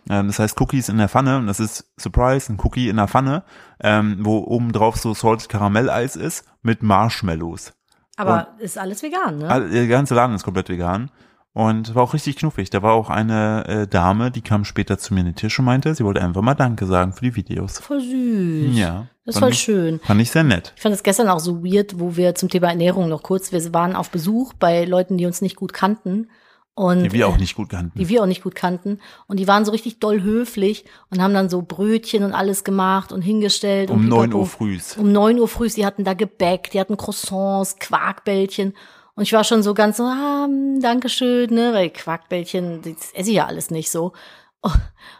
Ähm, das heißt Cookies in der Pfanne. Und das ist, Surprise, ein Cookie in der Pfanne, ähm, wo oben drauf so Salted Karamelleis ist mit Marshmallows. Aber ist alles vegan, ne? All, der ganze Laden ist komplett vegan. Und war auch richtig knuffig. Da war auch eine äh, Dame, die kam später zu mir an den Tisch und meinte, sie wollte einfach mal Danke sagen für die Videos. voll süß. Ja. Das ist fand voll ich- schön. Fand ich sehr nett. Ich fand es gestern auch so weird, wo wir zum Thema Ernährung noch kurz, wir waren auf Besuch bei Leuten, die uns nicht gut kannten. Und Die wir auch nicht gut kannten. die wir auch nicht gut kannten. Und die waren so richtig doll höflich und haben dann so Brötchen und alles gemacht und hingestellt. um und 9 Uhr pipapo. frühs. Um 9 Uhr früh, die hatten da Gebäck, die hatten Croissants, Quarkbällchen. Und ich war schon so ganz so, ah, mm, Dankeschön, ne, weil Quarkbällchen, das esse ich ja alles nicht so.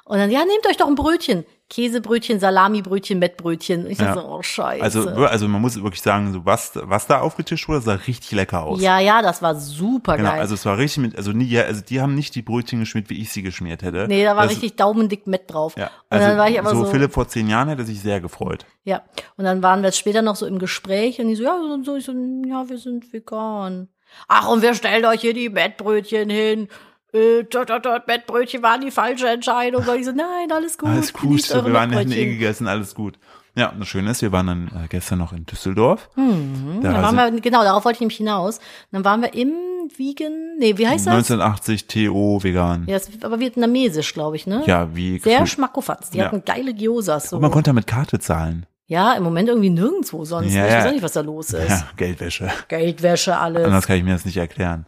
Und dann, ja, nehmt euch doch ein Brötchen. Käsebrötchen, Salamibrötchen, Mettbrötchen. Und ich Ja. dachte so, oh, scheiße. Also, also man muss wirklich sagen, so was, was da aufgetischt wurde, sah richtig lecker aus. ja, ja, das war super Genau, geil. also es war richtig mit, also nie, ja, also die haben nicht die Brötchen geschmiert, wie ich sie geschmiert hätte. nee, da war das, richtig daumendick Mett drauf. Ja, und also dann war ich aber so, Philipp vor zehn Jahren hätte sich sehr gefreut. Ja, und dann waren wir später noch so im Gespräch und die so, ja, so, so, ich so, ja, wir sind vegan. Ach, und wir stellen euch hier die Mettbrötchen hin. Äh, tot, tot, tot, Mettbrötchen waren die falsche Entscheidung. Und ich so, nein, alles gut. alles gut, genießt so, eure wir waren hätten eh Mettbrötchen. gegessen, alles gut. Ja, und das Schöne ist, wir waren dann äh, gestern noch in Düsseldorf. Mhm, dann Da waren sind- wir, genau, darauf wollte ich nämlich hinaus. Und dann waren wir im Vegan, nee, wie heißt das? 1980 TO vegan. Ja, Ja, das ist aber vietnamesisch, glaube ich, ne? wie Sehr gefühlt. schmackofatz. Die Ja. hatten geile Gyosas. So. Und man konnte mit Karte zahlen. ja, im Moment irgendwie nirgendwo sonst. Ja, ich weiß ja. auch nicht, was da los ist. Ja, Geldwäsche. Geldwäsche, alles. Anders kann ich mir das nicht erklären.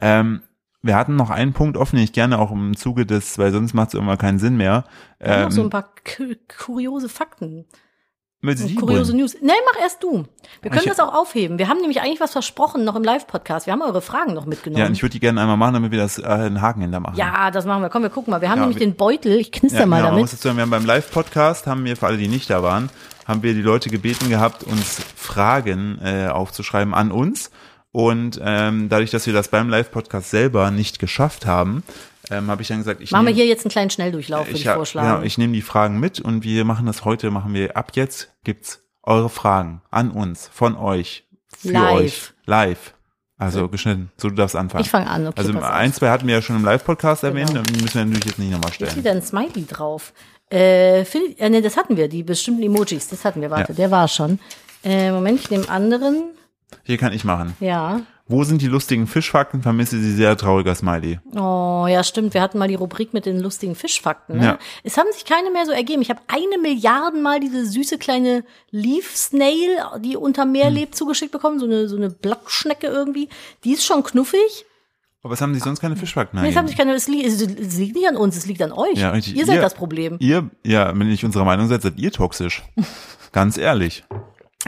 Ähm, wir hatten noch einen Punkt offen, den ich gerne auch im Zuge des, weil sonst macht es irgendwann keinen Sinn mehr. Wir haben noch so ein Ähm, paar ku- kuriose Fakten. möchtest du die Kuriose bringen? News. Nee, mach erst du. Wir können Ich- das auch aufheben. Wir haben nämlich eigentlich was versprochen noch im Live-Podcast. Wir haben eure Fragen noch ja, und mitgenommen. ich würde die gerne einmal machen, damit wir das äh, einen Haken hinter machen. Ja, das machen wir. Komm, wir gucken mal. Wir haben Ja, nämlich wir- den Beutel. Ich knister Ja, mal genau, man muss damit. dazu sagen, wir haben beim Live-Podcast, haben wir, für alle, die nicht da waren, haben wir die Leute gebeten gehabt, uns Fragen äh, aufzuschreiben an uns. Und ähm, dadurch, dass wir das beim Live-Podcast selber nicht geschafft haben, ähm, habe ich dann gesagt, ich Machen wir nehm- hier jetzt einen kleinen Schnelldurchlauf, würde ich, ich, hab- vorschlagen. Genau, ich nehme die Fragen mit und wir machen das heute, machen wir ab jetzt, gibt's eure Fragen an uns, von euch, für Live. euch, live. Also geschnitten, so du darfst anfangen. Ich fang an, okay, Also pass auf. ein, zwei hatten wir ja schon im Live-Podcast erwähnt, Genau. dann müssen wir natürlich jetzt nicht nochmal Ist stellen. wieder ein Smiley drauf. Äh, Phil, äh, nee, das hatten wir, die bestimmten Emojis. Das hatten wir, warte, Ja. der war schon. Äh, Moment, ich nehme anderen. Hier kann ich machen. Ja. Wo sind die lustigen Fischfakten? Vermisse sie sehr trauriger Smiley. Oh, ja, stimmt. Wir hatten mal die Rubrik mit den lustigen Fischfakten. Ne? Ja. Es haben sich keine mehr so ergeben. Ich habe eine Milliarden Mal diese süße kleine Leaf Snail, die unter Meer Hm. lebt, zugeschickt bekommen. So eine, so eine Blattschnecke irgendwie. Die ist schon knuffig. Aber es haben sich sonst keine Fischfakten Nee, es, haben ergeben. sich keine, es, li es es liegt nicht an uns, es liegt an euch. Ja, richtig. Ihr seid Ihr- das Problem. Ihr, ja, wenn ich unserer Meinung seid, seid ihr toxisch. Ganz ehrlich.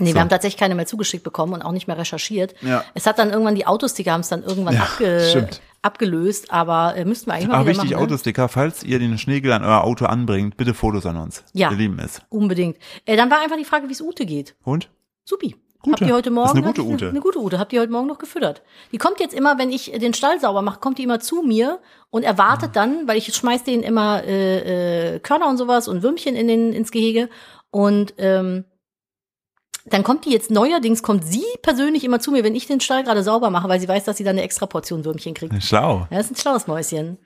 Nee, So. wir haben tatsächlich keine mehr zugeschickt bekommen und auch nicht mehr recherchiert. Ja. Es hat dann irgendwann, die Autosticker haben es dann irgendwann Ja, abge stimmt. abgelöst, aber äh, müssten wir eigentlich mal Aber wieder wichtig, machen. ne? Autosticker, falls ihr den Schneegel an euer Auto anbringt, bitte Fotos an uns. Ja. Wir lieben es. Unbedingt. Äh, dann war einfach die Frage, wie es Ute geht. Und? Supi. Gute. Habt ihr Das heute ist Morgen eine gute habt ihr- Ute. Eine, gute Ute. Habt ihr heute Morgen noch gefüttert? Die kommt jetzt immer, wenn ich den Stall sauber mache, kommt die immer zu mir und Ah. erwartet dann, weil ich schmeiß denen immer äh, äh, Körner und sowas und Würmchen in den, ins Gehege Und ähm, dann kommt die jetzt neuerdings, kommt sie persönlich immer zu mir, wenn ich den Stall gerade sauber mache, weil sie weiß, dass sie dann eine extra Portion Würmchen kriegt. Schlau. Ja, das ist ein schlaues Mäuschen.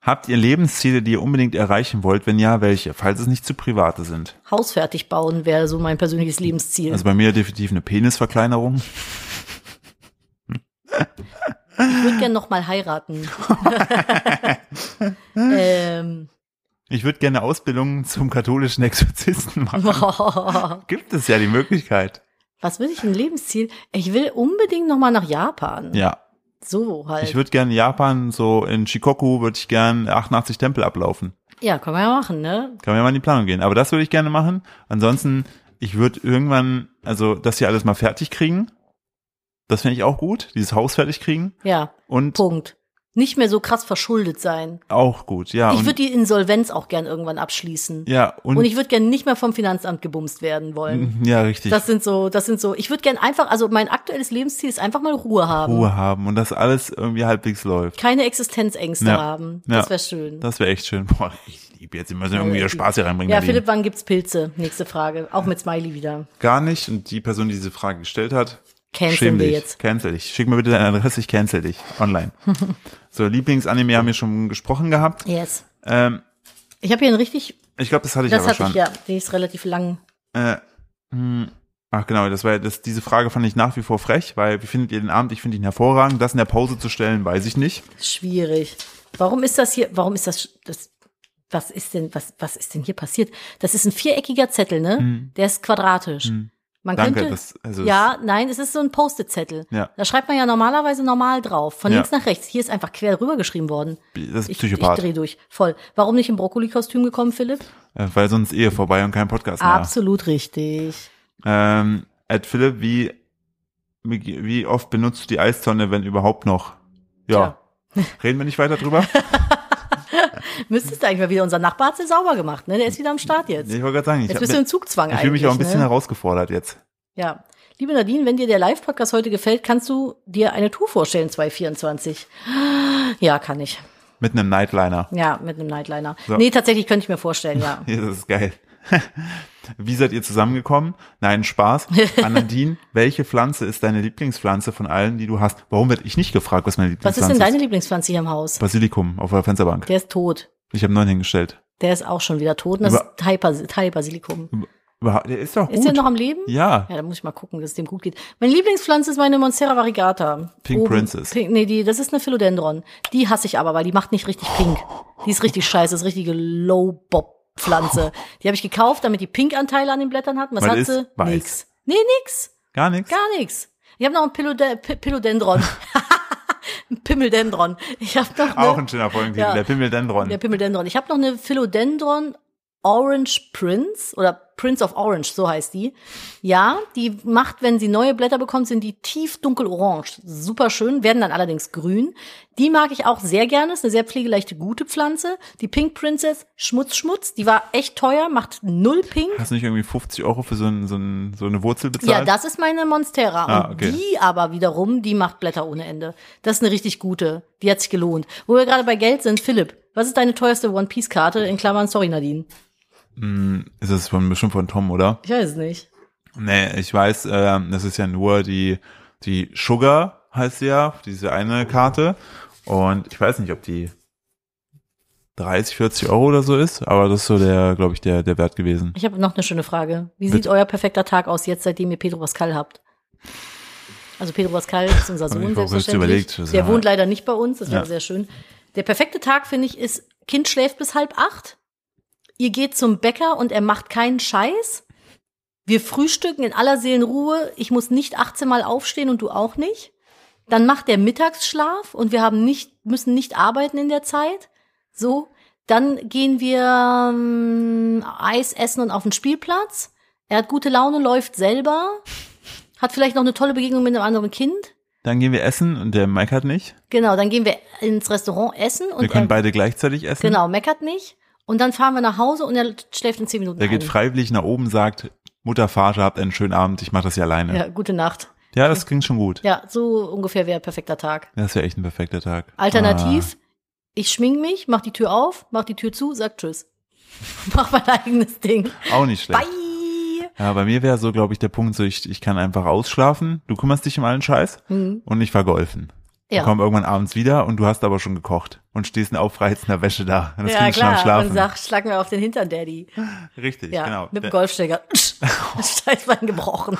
Habt ihr Lebensziele, die ihr unbedingt erreichen wollt? Wenn ja, welche? Falls es nicht zu private sind. Haus fertig bauen wäre so mein persönliches Lebensziel. Also bei mir definitiv eine Penisverkleinerung. ich würde gerne nochmal heiraten. ähm, Ich würde gerne Ausbildungen zum katholischen Exorzisten machen. Gibt es ja die Möglichkeit. was will ich ein Lebensziel? Ich will unbedingt nochmal nach Japan. Ja. So halt. Ich würde gerne in Japan, so in Shikoku würde ich gerne 88 Tempel ablaufen. ja, kann man ja machen, ne? Kann man ja mal in die Planung gehen. Aber das würde ich gerne machen. Ansonsten, ich würde irgendwann, also das hier alles mal fertig kriegen. Das finde ich auch gut. Dieses Haus fertig kriegen. Ja, Und Punkt. Nicht mehr so krass verschuldet sein. auch gut, ja. Ich und, würde die Insolvenz auch gern irgendwann abschließen. ja, und, mhm, Und ich würde gern nicht mehr vom Finanzamt gebumst werden wollen. ja, richtig. Das sind so, das sind so. Ich würde gern einfach, also mein aktuelles Lebensziel ist einfach mal Ruhe haben. Ruhe haben und dass alles irgendwie halbwegs läuft. Keine Existenzängste Ja. haben. Ja. Das wäre schön. Das wäre echt schön. Boah, ich liebe jetzt. Wir müssen irgendwie Spaß hier reinbringen. ja, Nadine. Philipp, wann gibt's Pilze? Nächste Frage. Auch mit Smiley wieder. Gar nicht. Und die Person, die diese Frage gestellt hat, Canceln schäm wir dich. jetzt. Cancel dich. Schick mir bitte deine Adresse, ich cancel dich. Online. so, Lieblingsanime haben wir schon gesprochen gehabt. Yes. Ähm, Ich habe hier ein richtig, ich glaube, das hatte ich das aber hatte schon. ich ja, die ist relativ lang. Äh, Ach genau, das war das, diese Frage fand ich nach wie vor frech, weil wie findet ihr den Abend? Ich finde ihn hervorragend. Das in der Pause zu stellen, weiß ich nicht. Schwierig. Warum ist das hier, warum ist das, das was ist denn, was, was ist denn hier passiert? Das ist ein viereckiger Zettel, ne? Der ist quadratisch. Hm. Man Danke, könnte, das- also ja, nein, es ist so ein Post-it-Zettel. Ja. Da schreibt man ja normalerweise normal drauf, von Ja. links nach rechts. Hier ist einfach quer rüber geschrieben worden. Das ist Ich, ich Psychopath. drehe durch, voll. Warum nicht im Brokkoli-Kostüm gekommen, Philipp? Äh, weil sonst Ehe vorbei und kein Podcast mehr. Absolut richtig. Ähm, Ed Philipp, wie, wie wie oft benutzt du die Eistonne, wenn überhaupt noch? Ja. Reden wir nicht weiter drüber? Müsstest du eigentlich mal wieder, unser Nachbar hat sie sauber gemacht, ne? Der ist wieder am Start jetzt. Ich wollte gerade sagen, ich, Jetzt hab- bist du im Zugzwang ich fühle mich eigentlich, auch ein bisschen ne? herausgefordert jetzt. Ja. Liebe Nadine, wenn dir der Live-Podcast heute gefällt, kannst du dir eine Tour vorstellen, 2024. Ja, kann ich. Mit einem Nightliner. Ja, mit einem Nightliner. So. Nee, tatsächlich könnte ich mir vorstellen, ja. Das ist geil. Wie seid ihr zusammengekommen? Nein, Spaß. An Nadine, welche Pflanze ist deine Lieblingspflanze von allen, die du hast? Warum werde ich nicht gefragt, was meine Was Lieblingspflanze ist denn deine Lieblingspflanze hier im Haus? Basilikum auf der Fensterbank. Der ist tot. Ich habe neun hingestellt. Der ist auch schon wieder tot. Und das Aber- ist Thai, Bas Thai Basilikum. Überhaupt- Der ist doch gut. Ist der noch am Leben? ja, Ja, da muss ich mal gucken, dass es dem gut geht. Meine Lieblingspflanze ist meine Monstera variegata. Pink Princess. Pink, nee, die, das ist eine Philodendron. Die hasse ich aber, weil die macht nicht richtig pink. Die ist richtig scheiße, das ist richtige Low-Bob-Pflanze. Die habe ich gekauft, damit die Pink-Anteile an den Blättern hat. Und Was Weil hat ist sie? weiß. Nix. Nee, nix. ne? gar nichts. Gar nix. Ich habe noch ein Pilode P Pilodendron. ein Pimmeldendron. Ich habe noch eine, Auch ein schöner Folgentitel, Ja. der Pimmeldendron. der Pimmeldendron. Ich habe noch eine Philodendron Orange Prince oder Prince of Orange, so heißt die. Ja, die macht, wenn sie neue Blätter bekommt, sind die tief dunkelorange. Super schön, werden dann allerdings grün. Die mag ich auch sehr gerne, ist eine sehr pflegeleichte, gute Pflanze. Die Pink Princess, Schmutz, Schmutz, die war echt teuer, macht null Pink. Hast du nicht irgendwie 50 Euro für so, ein, so, ein, so eine Wurzel Ja, bezahlt? das ist meine Monstera. Ah, und okay. die aber wiederum, die macht Blätter ohne Ende. Das ist eine richtig gute. Die hat sich gelohnt. Wo wir gerade bei Geld sind, Philipp, was ist deine teuerste One-Piece-Karte? In Klammern, sorry, Nadine. Hm, Ist das von, bestimmt von Tom, oder? Ich weiß es nicht. Nee, ich weiß, ähm, das ist ja nur die, die Sugar heißt sie ja, diese eine Karte. Und ich weiß nicht, ob die 30, 40 Euro oder so ist, aber das ist so der, glaube ich, der, der Wert gewesen. Ich habe noch eine schöne Frage. Wie Bitte. sieht euer perfekter Tag aus jetzt, seitdem ihr Pedro Pascal habt? Also Pedro Pascal ist unser Hab ich Sohn, mir auch kurz selbstverständlich. überlegt, das Der war- wohnt leider nicht bei uns, das wäre Ja. sehr schön. Der perfekte Tag, finde ich, ist, Kind schläft bis halb acht, ihr geht zum Bäcker und er macht keinen Scheiß. Wir frühstücken in aller Seelenruhe. Ich muss nicht 18 Mal aufstehen und du auch nicht. Dann macht der Mittagsschlaf und wir haben nicht, müssen nicht arbeiten in der Zeit. So. Dann gehen wir ähm, Eis essen und auf den Spielplatz. Er hat gute Laune, läuft selber. Hat vielleicht noch eine tolle Begegnung mit einem anderen Kind. Dann gehen wir essen und der Mike hat nicht. Genau, dann gehen wir ins Restaurant essen und Wir können er, beide gleichzeitig essen. genau, meckert nicht. Und dann fahren wir nach Hause und er schläft in zehn Minuten. Der geht ein. freiwillig nach oben, sagt, Mutter, Vater, habt einen schönen Abend, ich mache das hier alleine. Ja, Ja, gute Nacht. das klingt schon gut. Ja, so ungefähr wäre perfekter Tag. Das wäre echt ein perfekter Tag. Alternativ, Ah. ich schmink mich, mach die Tür auf, mach die Tür zu, sag Tschüss. Mach mein eigenes Ding. Ah, auch nicht schlecht. Bye! Ja, bei mir wäre so, glaube ich, der Punkt so, ich, ich kann einfach ausschlafen, du kümmerst dich um allen Scheiß Mhm. und ich war golfen. Ja. Ich komme irgendwann abends wieder und du hast aber schon gekocht und stehst in aufreizender Wäsche da. Das ja, Kind schon am klar. Schlafen. Und sagt, schlag mir auf den Hintern, Daddy. Richtig, Ja, genau. mit dem Der- Golfschläger. Steißbein gebrochen.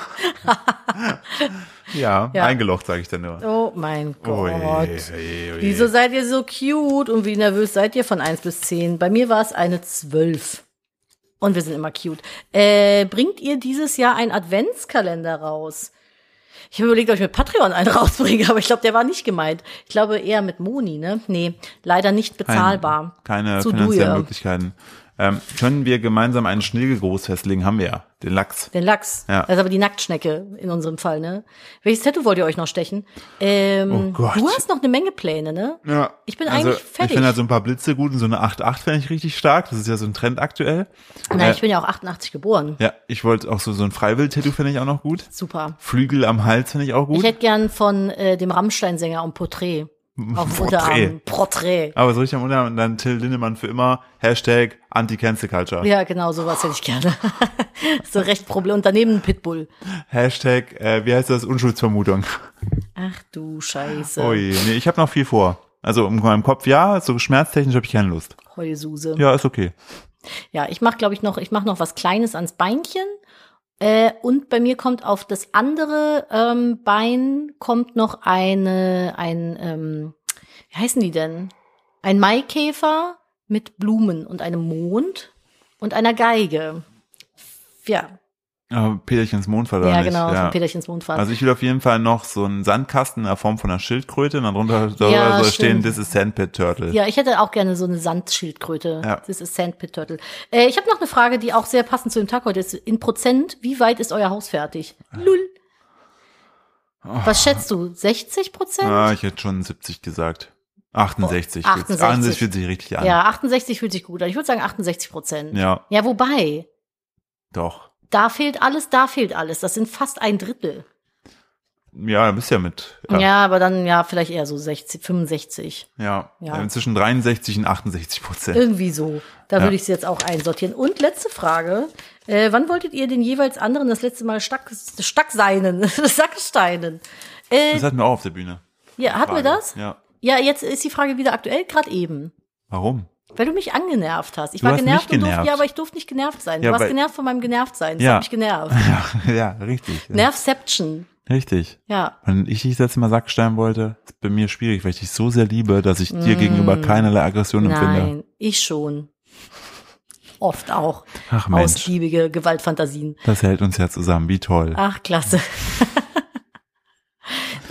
Ja, Ja. eingelocht, sage ich dann nur. Oh mein Gott. Ui, ui, ui. Wieso seid ihr so cute und wie nervös seid ihr von 1 bis 10? Bei mir war es eine 12. Und wir sind immer cute. Äh, bringt ihr dieses Jahr einen Adventskalender raus? Ich habe überlegt, ob ich mit Patreon einen rausbringe, aber ich glaube, der war nicht gemeint. Ich glaube eher mit Moni, ne? Nee, leider nicht Kein- bezahlbar. Keine Zu finanziellen Duje. Möglichkeiten. Ähm, können wir gemeinsam einen Schneegegroß festlegen? Haben wir ja, den Lachs. Den Lachs. Ja. Das ist aber die Nacktschnecke in unserem Fall, ne? Welches Tattoo wollt ihr euch noch stechen? Ähm, Oh Gott. Du hast noch eine Menge Pläne, ne? Ja. Ich bin also, eigentlich fertig. Ich finde halt so ein paar Blitze gut und so eine 8-8 fände ich richtig stark. Das ist ja so ein Trend aktuell. Nein, Äh, ich bin ja auch 88 geboren. Ja, ich wollte auch so, so ein Freiwild-Tattoo fände ich auch noch gut. Super. Flügel am Hals finde ich auch Ich gut. hätte gern von äh, dem Rammstein-Sänger ein Porträt. Auf dem Porträt. Unterarm. Porträt. Aber so richtig am Unterarm und dann Till Lindemann für immer. Hashtag Anti-Cancel Culture. Ja, genau, sowas hätte ich gerne. so recht Problem. Und daneben ein Pitbull. Hashtag, äh, wie heißt das? Unschuldsvermutung. Ach du Scheiße. Ui, nee, ich habe noch viel vor. Also in meinem Kopf ja, so schmerztechnisch habe ich keine Lust. Heulsuse. Ja. Ja, ist okay. ja, ich mache, glaube ich, noch, ich mache noch was Kleines ans Beinchen. Äh, und bei mir kommt auf das andere ähm, Bein kommt noch eine, ein, ähm, wie heißen die denn? Ein Maikäfer mit Blumen und einem Mond und einer Geige. Ja, Aber Peterchens Mondfall oder ja, nicht? genau, ja. Peterchens Mondfahrt. Also ich will auf jeden Fall noch so einen Sandkasten in der Form von einer Schildkröte und darunter soll, Ja, soll stehen, stimmt. this is Sandpit Turtle. ja, ich hätte auch gerne so eine Sandschildkröte. Ja. Das ist Sandpit Turtle. Äh, ich habe noch eine Frage, die auch sehr passend zu dem Tag heute ist. In Prozent, wie weit ist euer Haus fertig? Lull. Was schätzt du? 60 Prozent? Ah, ich hätte schon 70 gesagt. 68. fühlt sich- 68. 68 fühlt sich richtig an. ja, 68 fühlt sich gut an. Ich würde sagen 68 Prozent. ja ja, wobei, doch. da fehlt alles, da fehlt alles. Das sind fast ein Drittel. Ja, du bist ja mit. äh, Ja, aber dann ja vielleicht eher so 60, 65. Ja. Ja. Ähm, Zwischen 63 und 68 Prozent. Irgendwie so. Da Ja. würde ich es jetzt auch einsortieren. Und letzte Frage. Äh, wann wolltet ihr den jeweils anderen das letzte Mal Stack, Stackseinen, Sacksteinen? Äh, Das hatten wir auch auf der Bühne. ja, hatten Frage. wir das? Ja. Ja, jetzt ist die Frage wieder aktuell, gerade eben. Warum? Weil du mich angenervt hast. Ich Du war hast genervt, mich und durfte, genervt. ja, aber ich durfte nicht genervt sein. Ja, du warst weil- genervt von meinem Genervtsein. Das Ja. hat mich genervt. Ja, ja richtig. Ne? Ja. Nervception. Richtig. Ja. Wenn ich dich das letzte Mal Sackstein wollte, ist bei mir schwierig, weil ich dich so sehr liebe, dass ich dir gegenüber keinerlei Aggression empfinde. Mm. Nein, ich schon. Oft auch. Ach, Mensch. Ausgiebige Gewaltfantasien. Das hält uns ja zusammen, wie toll. Ach, klasse.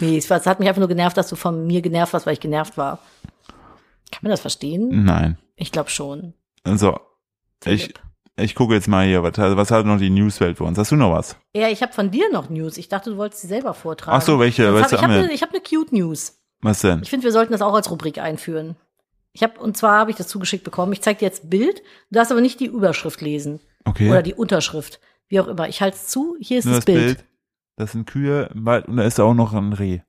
nee, es war- es hat mich einfach nur genervt, dass du von mir genervt warst, weil ich genervt war. Kann man das verstehen? Nein. Ich glaube schon. Also, Hm. ich, Philipp. ich gucke jetzt mal hier, was, also, was hat noch die Newswelt für uns? Hast du noch was? Ja, ich habe von dir noch News. Ich dachte, du wolltest sie selber vortragen. Ach so, welche? Jetzt Weißt hab, du, ich habe Amel? eine hab ne cute News. Was denn? Ich finde, wir sollten das auch als Rubrik einführen. Ich hab, und zwar habe ich das zugeschickt bekommen. Ich zeige dir jetzt ein Bild. Du darfst aber nicht die Überschrift lesen. Okay. Oder die Unterschrift. Wie auch immer. Ich halte es zu. Hier ist Nur das Bild. Das sind Kühe im Wald und da ist auch noch ein Reh.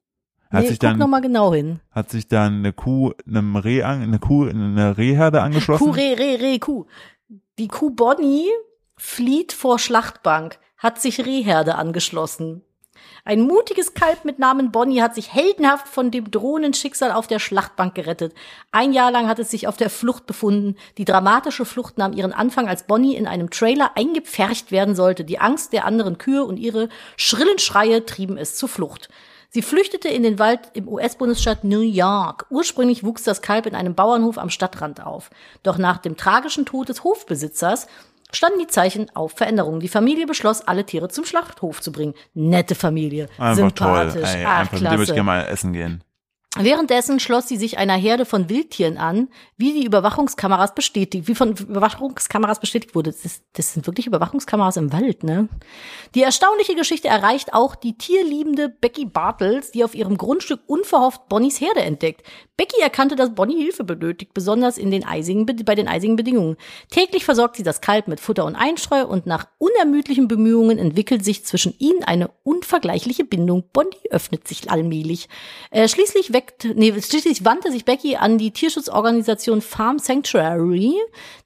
Hat, Nee, sich guck noch dann, mal genau hin. hat sich dann eine Kuh, einem Reh an, eine Kuh in eine Rehherde angeschlossen? Kuh, Reh, Reh, Reh, Kuh. Die Kuh Bonnie flieht vor Schlachtbank, hat sich Rehherde angeschlossen. Ein mutiges Kalb mit Namen Bonnie hat sich heldenhaft von dem drohenden Schicksal auf der Schlachtbank gerettet. Ein Jahr lang hat es sich auf der Flucht befunden. Die dramatische Flucht nahm ihren Anfang, als Bonnie in einem Trailer eingepfercht werden sollte. Die Angst der anderen Kühe und ihre schrillen Schreie trieben es zur Flucht. Sie flüchtete in den Wald im US-Bundesstaat New York. Ursprünglich wuchs das Kalb in einem Bauernhof am Stadtrand auf. Doch nach dem tragischen Tod des Hofbesitzers standen die Zeichen auf Veränderungen. Die Familie beschloss, alle Tiere zum Schlachthof zu bringen. Nette Familie. Einfach toll. sympathisch. Ey, Ach, einfach, mit dem würde ich klasse. gerne mal essen gehen. Währenddessen schloss sie sich einer Herde von Wildtieren an, wie die Überwachungskameras bestätigt, wie von Überwachungskameras bestätigt wurde. Das, ist, das sind wirklich Überwachungskameras im Wald, ne? Die erstaunliche Geschichte erreicht auch die tierliebende Becky Bartels, die auf ihrem Grundstück unverhofft Bonnies Herde entdeckt. Becky erkannte, dass Bonnie Hilfe benötigt, besonders in den eisigen, Be- bei den eisigen Bedingungen. Täglich versorgt sie das Kalb mit Futter und Einstreu und nach unermüdlichen Bemühungen entwickelt sich zwischen ihnen eine unvergleichliche Bindung. Bonnie öffnet sich allmählich. Äh, schließlich steckte, nee, schließlich wandte sich Becky an die Tierschutzorganisation Farm Sanctuary,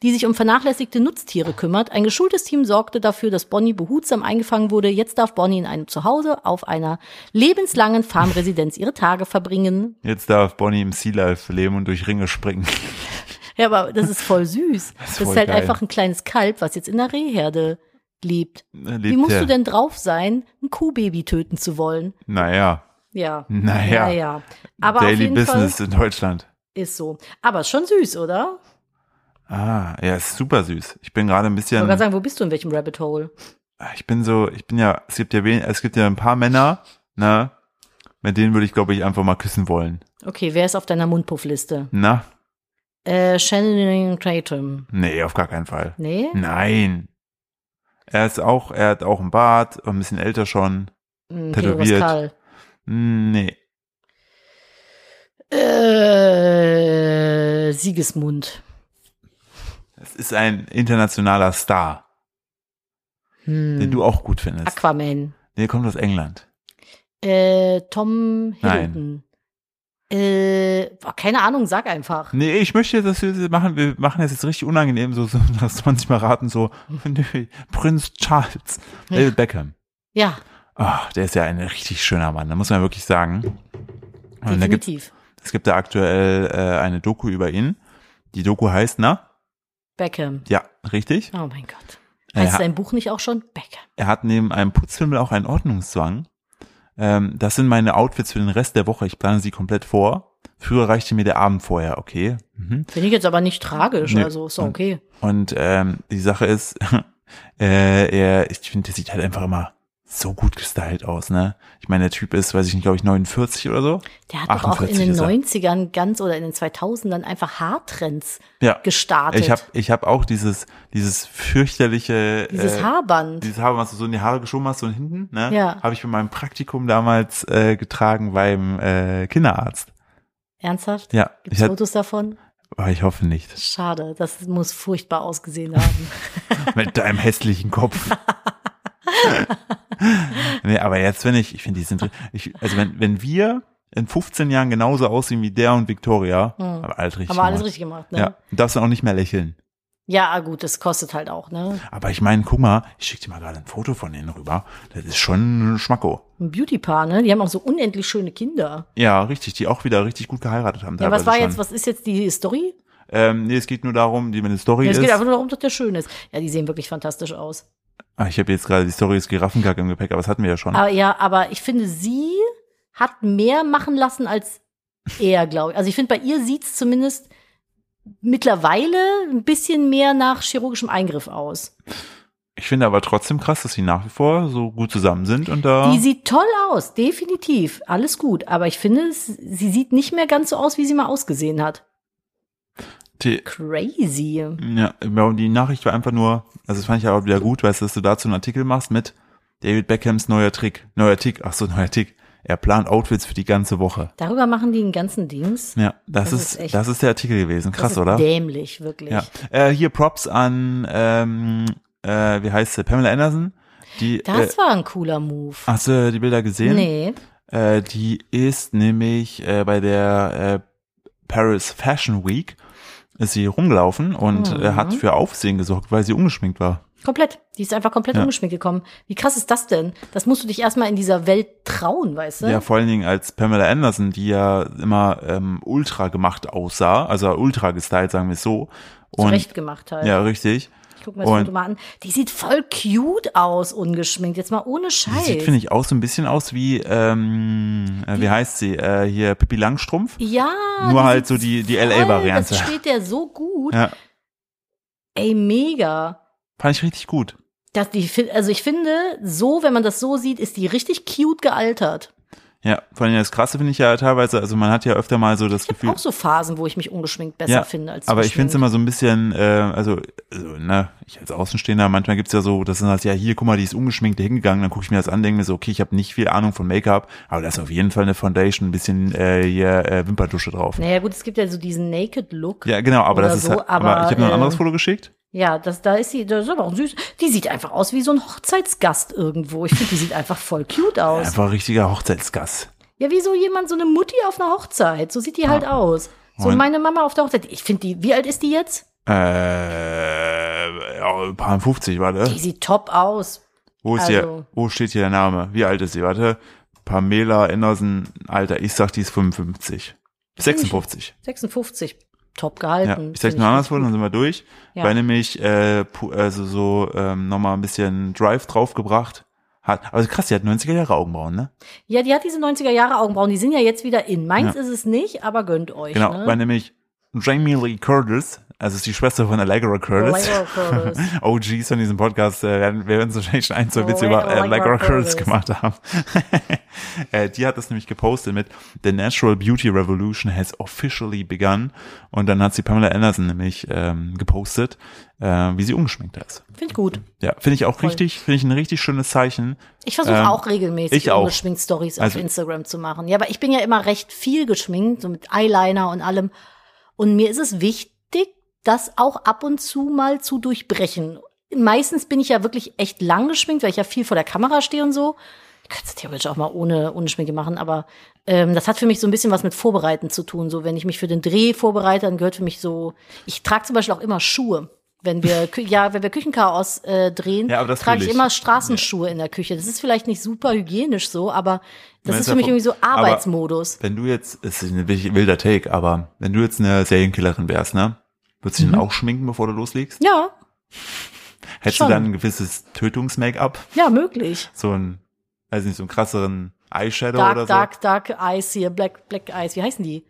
die sich um vernachlässigte Nutztiere kümmert. Ein geschultes Team sorgte dafür, dass Bonnie behutsam eingefangen wurde. Jetzt darf Bonnie in einem Zuhause auf einer lebenslangen Farmresidenz ihre Tage verbringen. Jetzt darf Bonnie im Sea Life leben und durch Ringe springen. Ja, aber das ist voll süß. Das ist, voll halt geil. einfach ein kleines Kalb, was jetzt in der Rehherde lebt. Lebt Wie musst der. du denn drauf sein, ein Kuhbaby töten zu wollen? Naja, Ja. Naja. Naja. Aber auf Daily jeden Business Fall in Deutschland. ist so. Aber ist schon süß, oder? Ah, ja, ist super süß. Ich bin gerade ein Ich wollte bisschen, Ah, gerade sagen, wo bist du in welchem Rabbit Hole? ich bin so, ich bin ja, es gibt ja wen, es gibt ja ein paar Männer, ne, mit denen würde ich, glaube ich, einfach mal küssen wollen. Okay, wer ist auf deiner Mundpuffliste? Na? Äh, Shannon Tatum. Nee, auf gar keinen Fall. Nee? Nein. Er ist auch, er hat auch einen Bart, ein bisschen älter schon. Hm, tätowiert. Pascal. Nee. Äh, Siegesmund. Es ist ein internationaler Star, Hm. den du auch gut findest. Aquaman. Der kommt aus England. Äh, Tom Nein. Hiddleston. Äh, boah, keine Ahnung, sag einfach. Nee, ich möchte, dass wir das machen, wir machen das jetzt richtig unangenehm, so, so dass 20 mal raten, so, nee, Prinz Charles, David Beckham. Ja, Ah, der ist ja ein richtig schöner Mann, da muss man wirklich sagen. Und da gibt's, definitiv. es gibt da aktuell äh, eine Doku über ihn. Die Doku heißt, na? Beckham. Ja, richtig. Oh mein Gott. Er, Heißt ha- sein Buch nicht auch schon? Beckham. er hat neben einem Putzfimmel auch einen Ordnungszwang. Ähm, das sind meine Outfits für den Rest der Woche. Ich plane sie komplett vor. Früher reichte mir der Abend vorher, okay. Mhm. Finde ich jetzt aber nicht tragisch, Nee. Hm. also ist doch okay. Und ähm, die Sache ist, äh, er, ich finde, der sieht halt einfach immer so gut gestylt aus, ne? Ich meine, der Typ ist, weiß ich nicht, glaube ich, 49 oder so. Der hat doch auch in 48 den ist er. 90ern ganz oder in den 2000ern einfach Haartrends Ja. gestartet. Ich habe ich hab auch dieses, dieses fürchterliche. Dieses äh, Haarband. Dieses Haar, was du so in die Haare geschoben hast, so hinten, ne? Ja. Habe ich bei meinem Praktikum damals äh, getragen beim äh, Kinderarzt. Ernsthaft? Ja. Gibt ich, es hat, Fotos davon? oh, ich hoffe nicht. Schade, das muss furchtbar ausgesehen haben. Mit deinem hässlichen Kopf. nee, aber jetzt, wenn ich, ich finde, die sind, ich, also wenn, wenn wir in 15 Jahren genauso aussehen wie der und Victoria, aber alles richtig. Haben wir Hm. alles gemacht. richtig gemacht, ne? Ja, und darfst dann auch nicht mehr lächeln. Ja, ah, gut, das kostet halt auch, ne? Aber ich meine, guck mal, ich schicke dir mal gerade ein Foto von denen rüber. Das ist schon ein Schmacko. Ein Beauty-Paar, ne? Die haben auch so unendlich schöne Kinder. Ja, richtig, die auch wieder richtig gut geheiratet haben. Ja, was teilweise war schon. jetzt, was ist jetzt die Story? Ähm, nee, es geht nur darum, die meine Story Ja, es ist. geht einfach nur darum, dass der schön ist. Ja, die sehen wirklich fantastisch aus. ah, ich habe jetzt gerade die Story ist Giraffenkack im Gepäck, aber das hatten wir ja schon. Aber ja, aber ich finde, sie hat mehr machen lassen als er, glaube ich. Also ich finde, bei ihr sieht's zumindest mittlerweile ein bisschen mehr nach chirurgischem Eingriff aus. Ich finde aber trotzdem krass, dass sie nach wie vor so gut zusammen sind und da. Die sieht toll aus, definitiv. Alles gut. Aber ich finde, es- sie sieht nicht mehr ganz so aus, wie sie mal ausgesehen hat. die Crazy. Ja, ja, und die Nachricht war einfach nur, also das fand ich auch wieder gut, weißt du, dass du dazu einen Artikel machst mit David Beckhams neuer Trick, neuer Tick, ach so, neuer Tick. Er plant Outfits für die ganze Woche. Darüber machen die den ganzen Dings. Ja, das, Das ist ist, echt- das ist der Artikel gewesen. Das Krass, ist oder? Dämlich, wirklich. Ja. Äh, hier Props an, ähm, äh, wie heißt sie, Pamela Anderson. Die, äh, ah, Das war ein cooler Move. hast du die Bilder gesehen? Nee. Äh, die ist nämlich äh, bei der äh, Paris Fashion Week ist sie rumgelaufen und äh, hat Mhm. für Aufsehen gesorgt, weil sie ungeschminkt war. Komplett. Die ist einfach komplett Ja. ungeschminkt gekommen. Wie krass ist das denn? Das musst du dich erstmal in dieser Welt trauen, weißt du? Ja, vor allen Dingen als Pamela Anderson, die ja immer ähm, ultra gemacht aussah, also ultra gestylt, sagen wir es so. Und, Zurecht gemacht halt. Ja, richtig. Ich guck mir das Und- Foto mal an. Die sieht voll cute aus, ungeschminkt. Jetzt mal ohne Die Scheiß. sieht, finde ich, auch so ein bisschen aus wie, ähm, äh, wie heißt sie, äh, hier Pippi Langstrumpf. ja. Nur die halt sieht so die, die voll- LA-Variante. Das steht der so gut. Ja, Ey, mega. fand ich richtig gut. Das, die, fin- also ich finde, so, wenn man das so sieht, ist die richtig cute gealtert. Ja, vor allen Dingen das Krasse finde ich ja teilweise, also man hat ja öfter mal so das Gefühl, Auch so Phasen, wo ich mich ungeschminkt besser Ja, finde als aber ich finde es geschminkt. immer so ein bisschen, äh, also, also ne, ich als Außenstehender, manchmal gibt's ja so, das sind halt, ja hier, guck mal, die ist ungeschminkt hingegangen, dann gucke ich mir das an, denke mir so, okay, ich habe nicht viel Ahnung von Make-up, aber da ist auf jeden Fall eine Foundation, ein bisschen äh, hier äh, Wimperntusche drauf. Naja, gut, es gibt ja so diesen Naked-Look. Ja, genau, aber Oder das ist so, halt, aber, aber, ich habe noch ein anderes äh, Foto geschickt. Ja, das, da ist sie, das ist aber auch süß. Die sieht einfach aus wie so ein Hochzeitsgast irgendwo. Ich finde, die sieht einfach voll cute aus. Einfach richtiger Hochzeitsgast. Ja, wie so jemand, so eine Mutti auf einer Hochzeit. So sieht die halt aus. So Moment. meine Mama auf der Hochzeit. Ich finde die, wie alt ist die jetzt? Äh, ja, ein paar 50, warte. Die sieht top aus. Wo ist also- hier, wo steht hier der Name? Wie alt ist sie? Warte. Pamela Anderson, Alter, ich sag, die ist 55. 56. 56. Top Ja, gehalten. ich sag Hm, Find nur anders ganz vor, dann sind wir durch. Ja. Weil nämlich, äh, pu- also so, ähm, nochmal ein bisschen Drive draufgebracht hat. Also krass, die hat 90er Jahre Augenbrauen, ne? gut. Ja, die hat diese 90er Jahre Augenbrauen. Die sind ja jetzt wieder in. Meins ist es nicht, aber gönnt euch. Genau, ne? weil nämlich Jamie Lee Curtis, also ist die Schwester von Allegra Curtis. Allegra Curtis. OGs von diesem Podcast äh, werden, werden so wahrscheinlich schon ein, zwei Witze über äh, Allegra Allegra Curtis Curtis. gemacht haben. äh, die hat das nämlich gepostet mit The Natural Beauty Revolution has officially begun. Und dann hat sie Pamela Anderson nämlich ähm, gepostet, äh, wie sie ungeschminkt ist. Finde ich gut. Ja, finde ich auch Voll. richtig, finde ich ein richtig schönes Zeichen. Ich versuche Ähm, auch regelmäßig ich auch. ungeschminkt Stories Also- auf Instagram zu machen. Ja, aber ich bin ja immer recht viel geschminkt, so mit Eyeliner und allem. Und mir ist es wichtig, das auch ab und zu mal zu durchbrechen. Meistens bin ich ja wirklich echt lang geschminkt, weil ich ja viel vor der Kamera stehe und so. Ich kann es theoretisch auch mal ohne, ohne Schminke machen, aber ähm, das hat für mich so ein bisschen was mit Vorbereiten zu tun. So, wenn ich mich für den Dreh vorbereite, dann gehört für mich so. Ich trage zum Beispiel auch immer Schuhe. Wenn wir, Kü- ja, wenn wir Küchenchaos äh, drehen, Ja, aber das trage ich fühl ich. immer Straßenschuhe in der Küche. Das ist vielleicht nicht super hygienisch so, aber das Man ist ist ja für mich vom- irgendwie so aber- Arbeitsmodus. Wenn du jetzt, es ist ein wirklich wilder Take, aber wenn du jetzt eine Serienkillerin wärst, ne? Würdest du dich dann Mhm. auch schminken, bevor du loslegst? Ja, Hättest schon. du dann ein gewisses Tötungs-Make-up? ja, möglich. so einen, also nicht so einen krasseren Eyeshadow Dark, Ne, oder so. Dark, Dark Eyes hier, Black, Black Eyes, wie heißen die?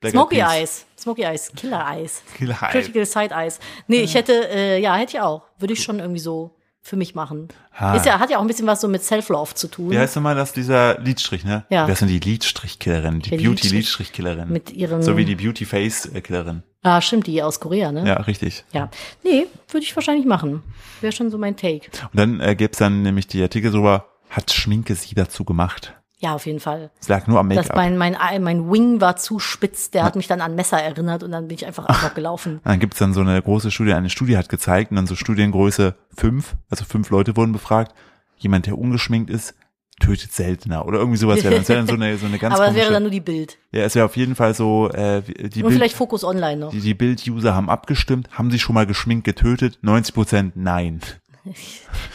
Black Smoky Eyed Peas. Eyes, Smoky Eyes, Killer Eyes, Killer Eyes. Critical Side Eyes. Nee, Hm. ich hätte, äh, ja, hätte ich auch. Würde ich schon irgendwie so für mich machen. Ha. Ist ja, hat ja auch ein bisschen was so mit Self-Love zu tun. Wie heißt nochmal das, dieser Lidstrich, ne? Ja. Wer ist denn die Lidstrich-Killerin? Die Der Beauty-Lidstrich-Killerin. Mit ihren- So wie die Beauty-Face-Killerin. ah, stimmt, die aus Korea, ne? Ja, richtig. ja. Nee, würde ich wahrscheinlich machen. Wäre schon so mein Take. Und dann äh, gibt's dann nämlich die Artikel drüber, hat Schminke sie dazu gemacht? Ja, auf jeden Fall. Es lag nur am Dass Make-up. mein, mein, Ei- mein Wing war zu spitz, der hat mich dann an Messer erinnert und dann bin ich einfach einfach gelaufen. Und Dann gibt's dann so eine große Studie, eine Studie hat gezeigt, und dann so Studiengröße fünf, also fünf Leute wurden befragt. Jemand, der ungeschminkt ist, tötet seltener oder irgendwie sowas wäre. dann. Das wäre dann so eine, so eine ganz Aber es komische. wäre dann nur die Bild. ja, es wäre auf jeden Fall so, äh, die Und Bild, vielleicht Fokus Online noch. Die, die Bild-User haben abgestimmt, haben sie schon mal geschminkt getötet? 90 Prozent nein.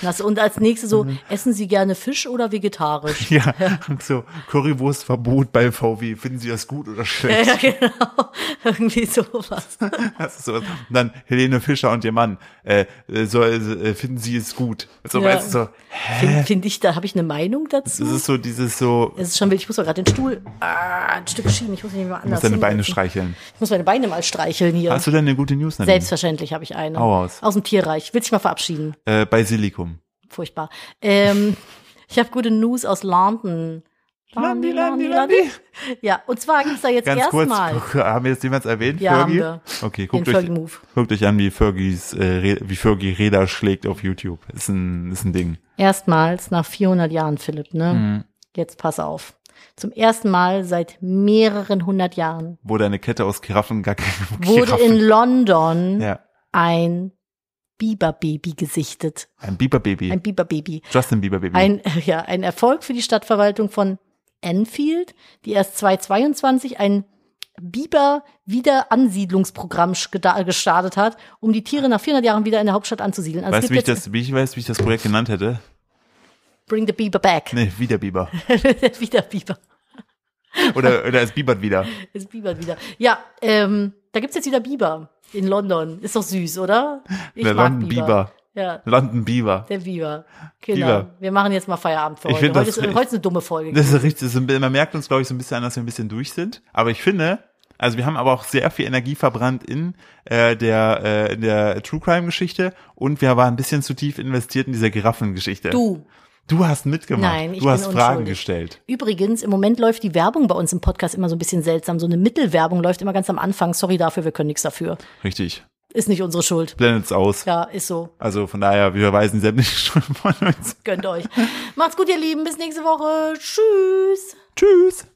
Das, und als nächstes so, Mhm. essen Sie gerne Fisch oder vegetarisch? Ja, und so Currywurstverbot bei VW. Finden Sie das gut oder schlecht? ja, genau. Irgendwie sowas. Das ist sowas. Und dann Helene Fischer und ihr Mann. Äh, äh, so, äh, finden Sie es gut? So, Ja. weißt du, so, Finde find ich, da habe ich eine Meinung dazu. das ist so dieses so, Es ist schon wild. Ich muss mal gerade den Stuhl ah, ein Stück schieben. Ich muss mich mal du anders musst deine Beine hinsetzen. streicheln. Ich muss meine Beine mal streicheln hier. Hast du denn eine gute News? Nadine? Selbstverständlich habe ich eine. Hau raus. Aus dem Tierreich. Will sich mal verabschieden. Äh, Basilikum. Furchtbar. Ähm, ich habe gute News aus London. Landi, Landi, Ja, und zwar gibt's da jetzt Ganz kurz, erstmal guck, haben wir das jemals erwähnt, Ja, haben Fergie? wir. Okay, den guckt euch, Fergie-Move. guckt euch an, wie Fergies, äh, Re- wie Fergie Räder schlägt auf YouTube. Ist ein, ist ein Ding. Erstmals nach 400 Jahren, Philipp, ne? Jetzt pass auf. Zum ersten Mal seit mehreren hundert Jahren wurde eine Kette aus Giraffen gar keine wurde Giraffen. in London ja, ein Biberbaby gesichtet. ein Biberbaby. Ein Biberbaby. Justin Bieberbaby. Ein, ja, ein Erfolg für die Stadtverwaltung von Enfield, die erst 2022 ein Biber-Wiederansiedlungsprogramm geda- gestartet hat, um die Tiere nach 400 Jahren wieder in der Hauptstadt anzusiedeln. Also weißt es du, wie ich gibt jetzt das, wie ich weiß, wie ich das Projekt genannt hätte? Bring the Biber back. Nee, wieder Biber. wieder Biber. Oder, oder es biebert wieder. Es biebert wieder. Ja, ähm, da gibt's jetzt wieder Biber in London. Ist doch süß, oder? Ich Der London Biber. Ja, London Biber. der Biber. Genau. Biber. Wir machen jetzt mal Feierabend für Ich heute. find heute, das ist, heute echt- ist eine dumme Folge. Das ist richtig, das ist, ein- man merkt uns, glaube ich, so ein bisschen an, dass wir ein bisschen durch sind. Aber ich finde, also wir haben aber auch sehr viel Energie verbrannt in äh, der, äh, in der True Crime Geschichte und wir waren ein bisschen zu tief investiert in dieser Giraffengeschichte. du, Du hast mitgemacht. Nein, ich du hast bin Fragen unschuldig. gestellt. Übrigens, im Moment läuft die Werbung bei uns im Podcast immer so ein bisschen seltsam. So eine Mittelwerbung läuft immer ganz am Anfang. Sorry dafür, wir können nichts dafür. Richtig. Ist nicht unsere Schuld. Planets aus. Ja, ist so. Also von daher, wir weisen sämtliche Schulden von uns. Gönnt euch. Macht's gut, ihr Lieben. Bis nächste Woche. Tschüss. Tschüss.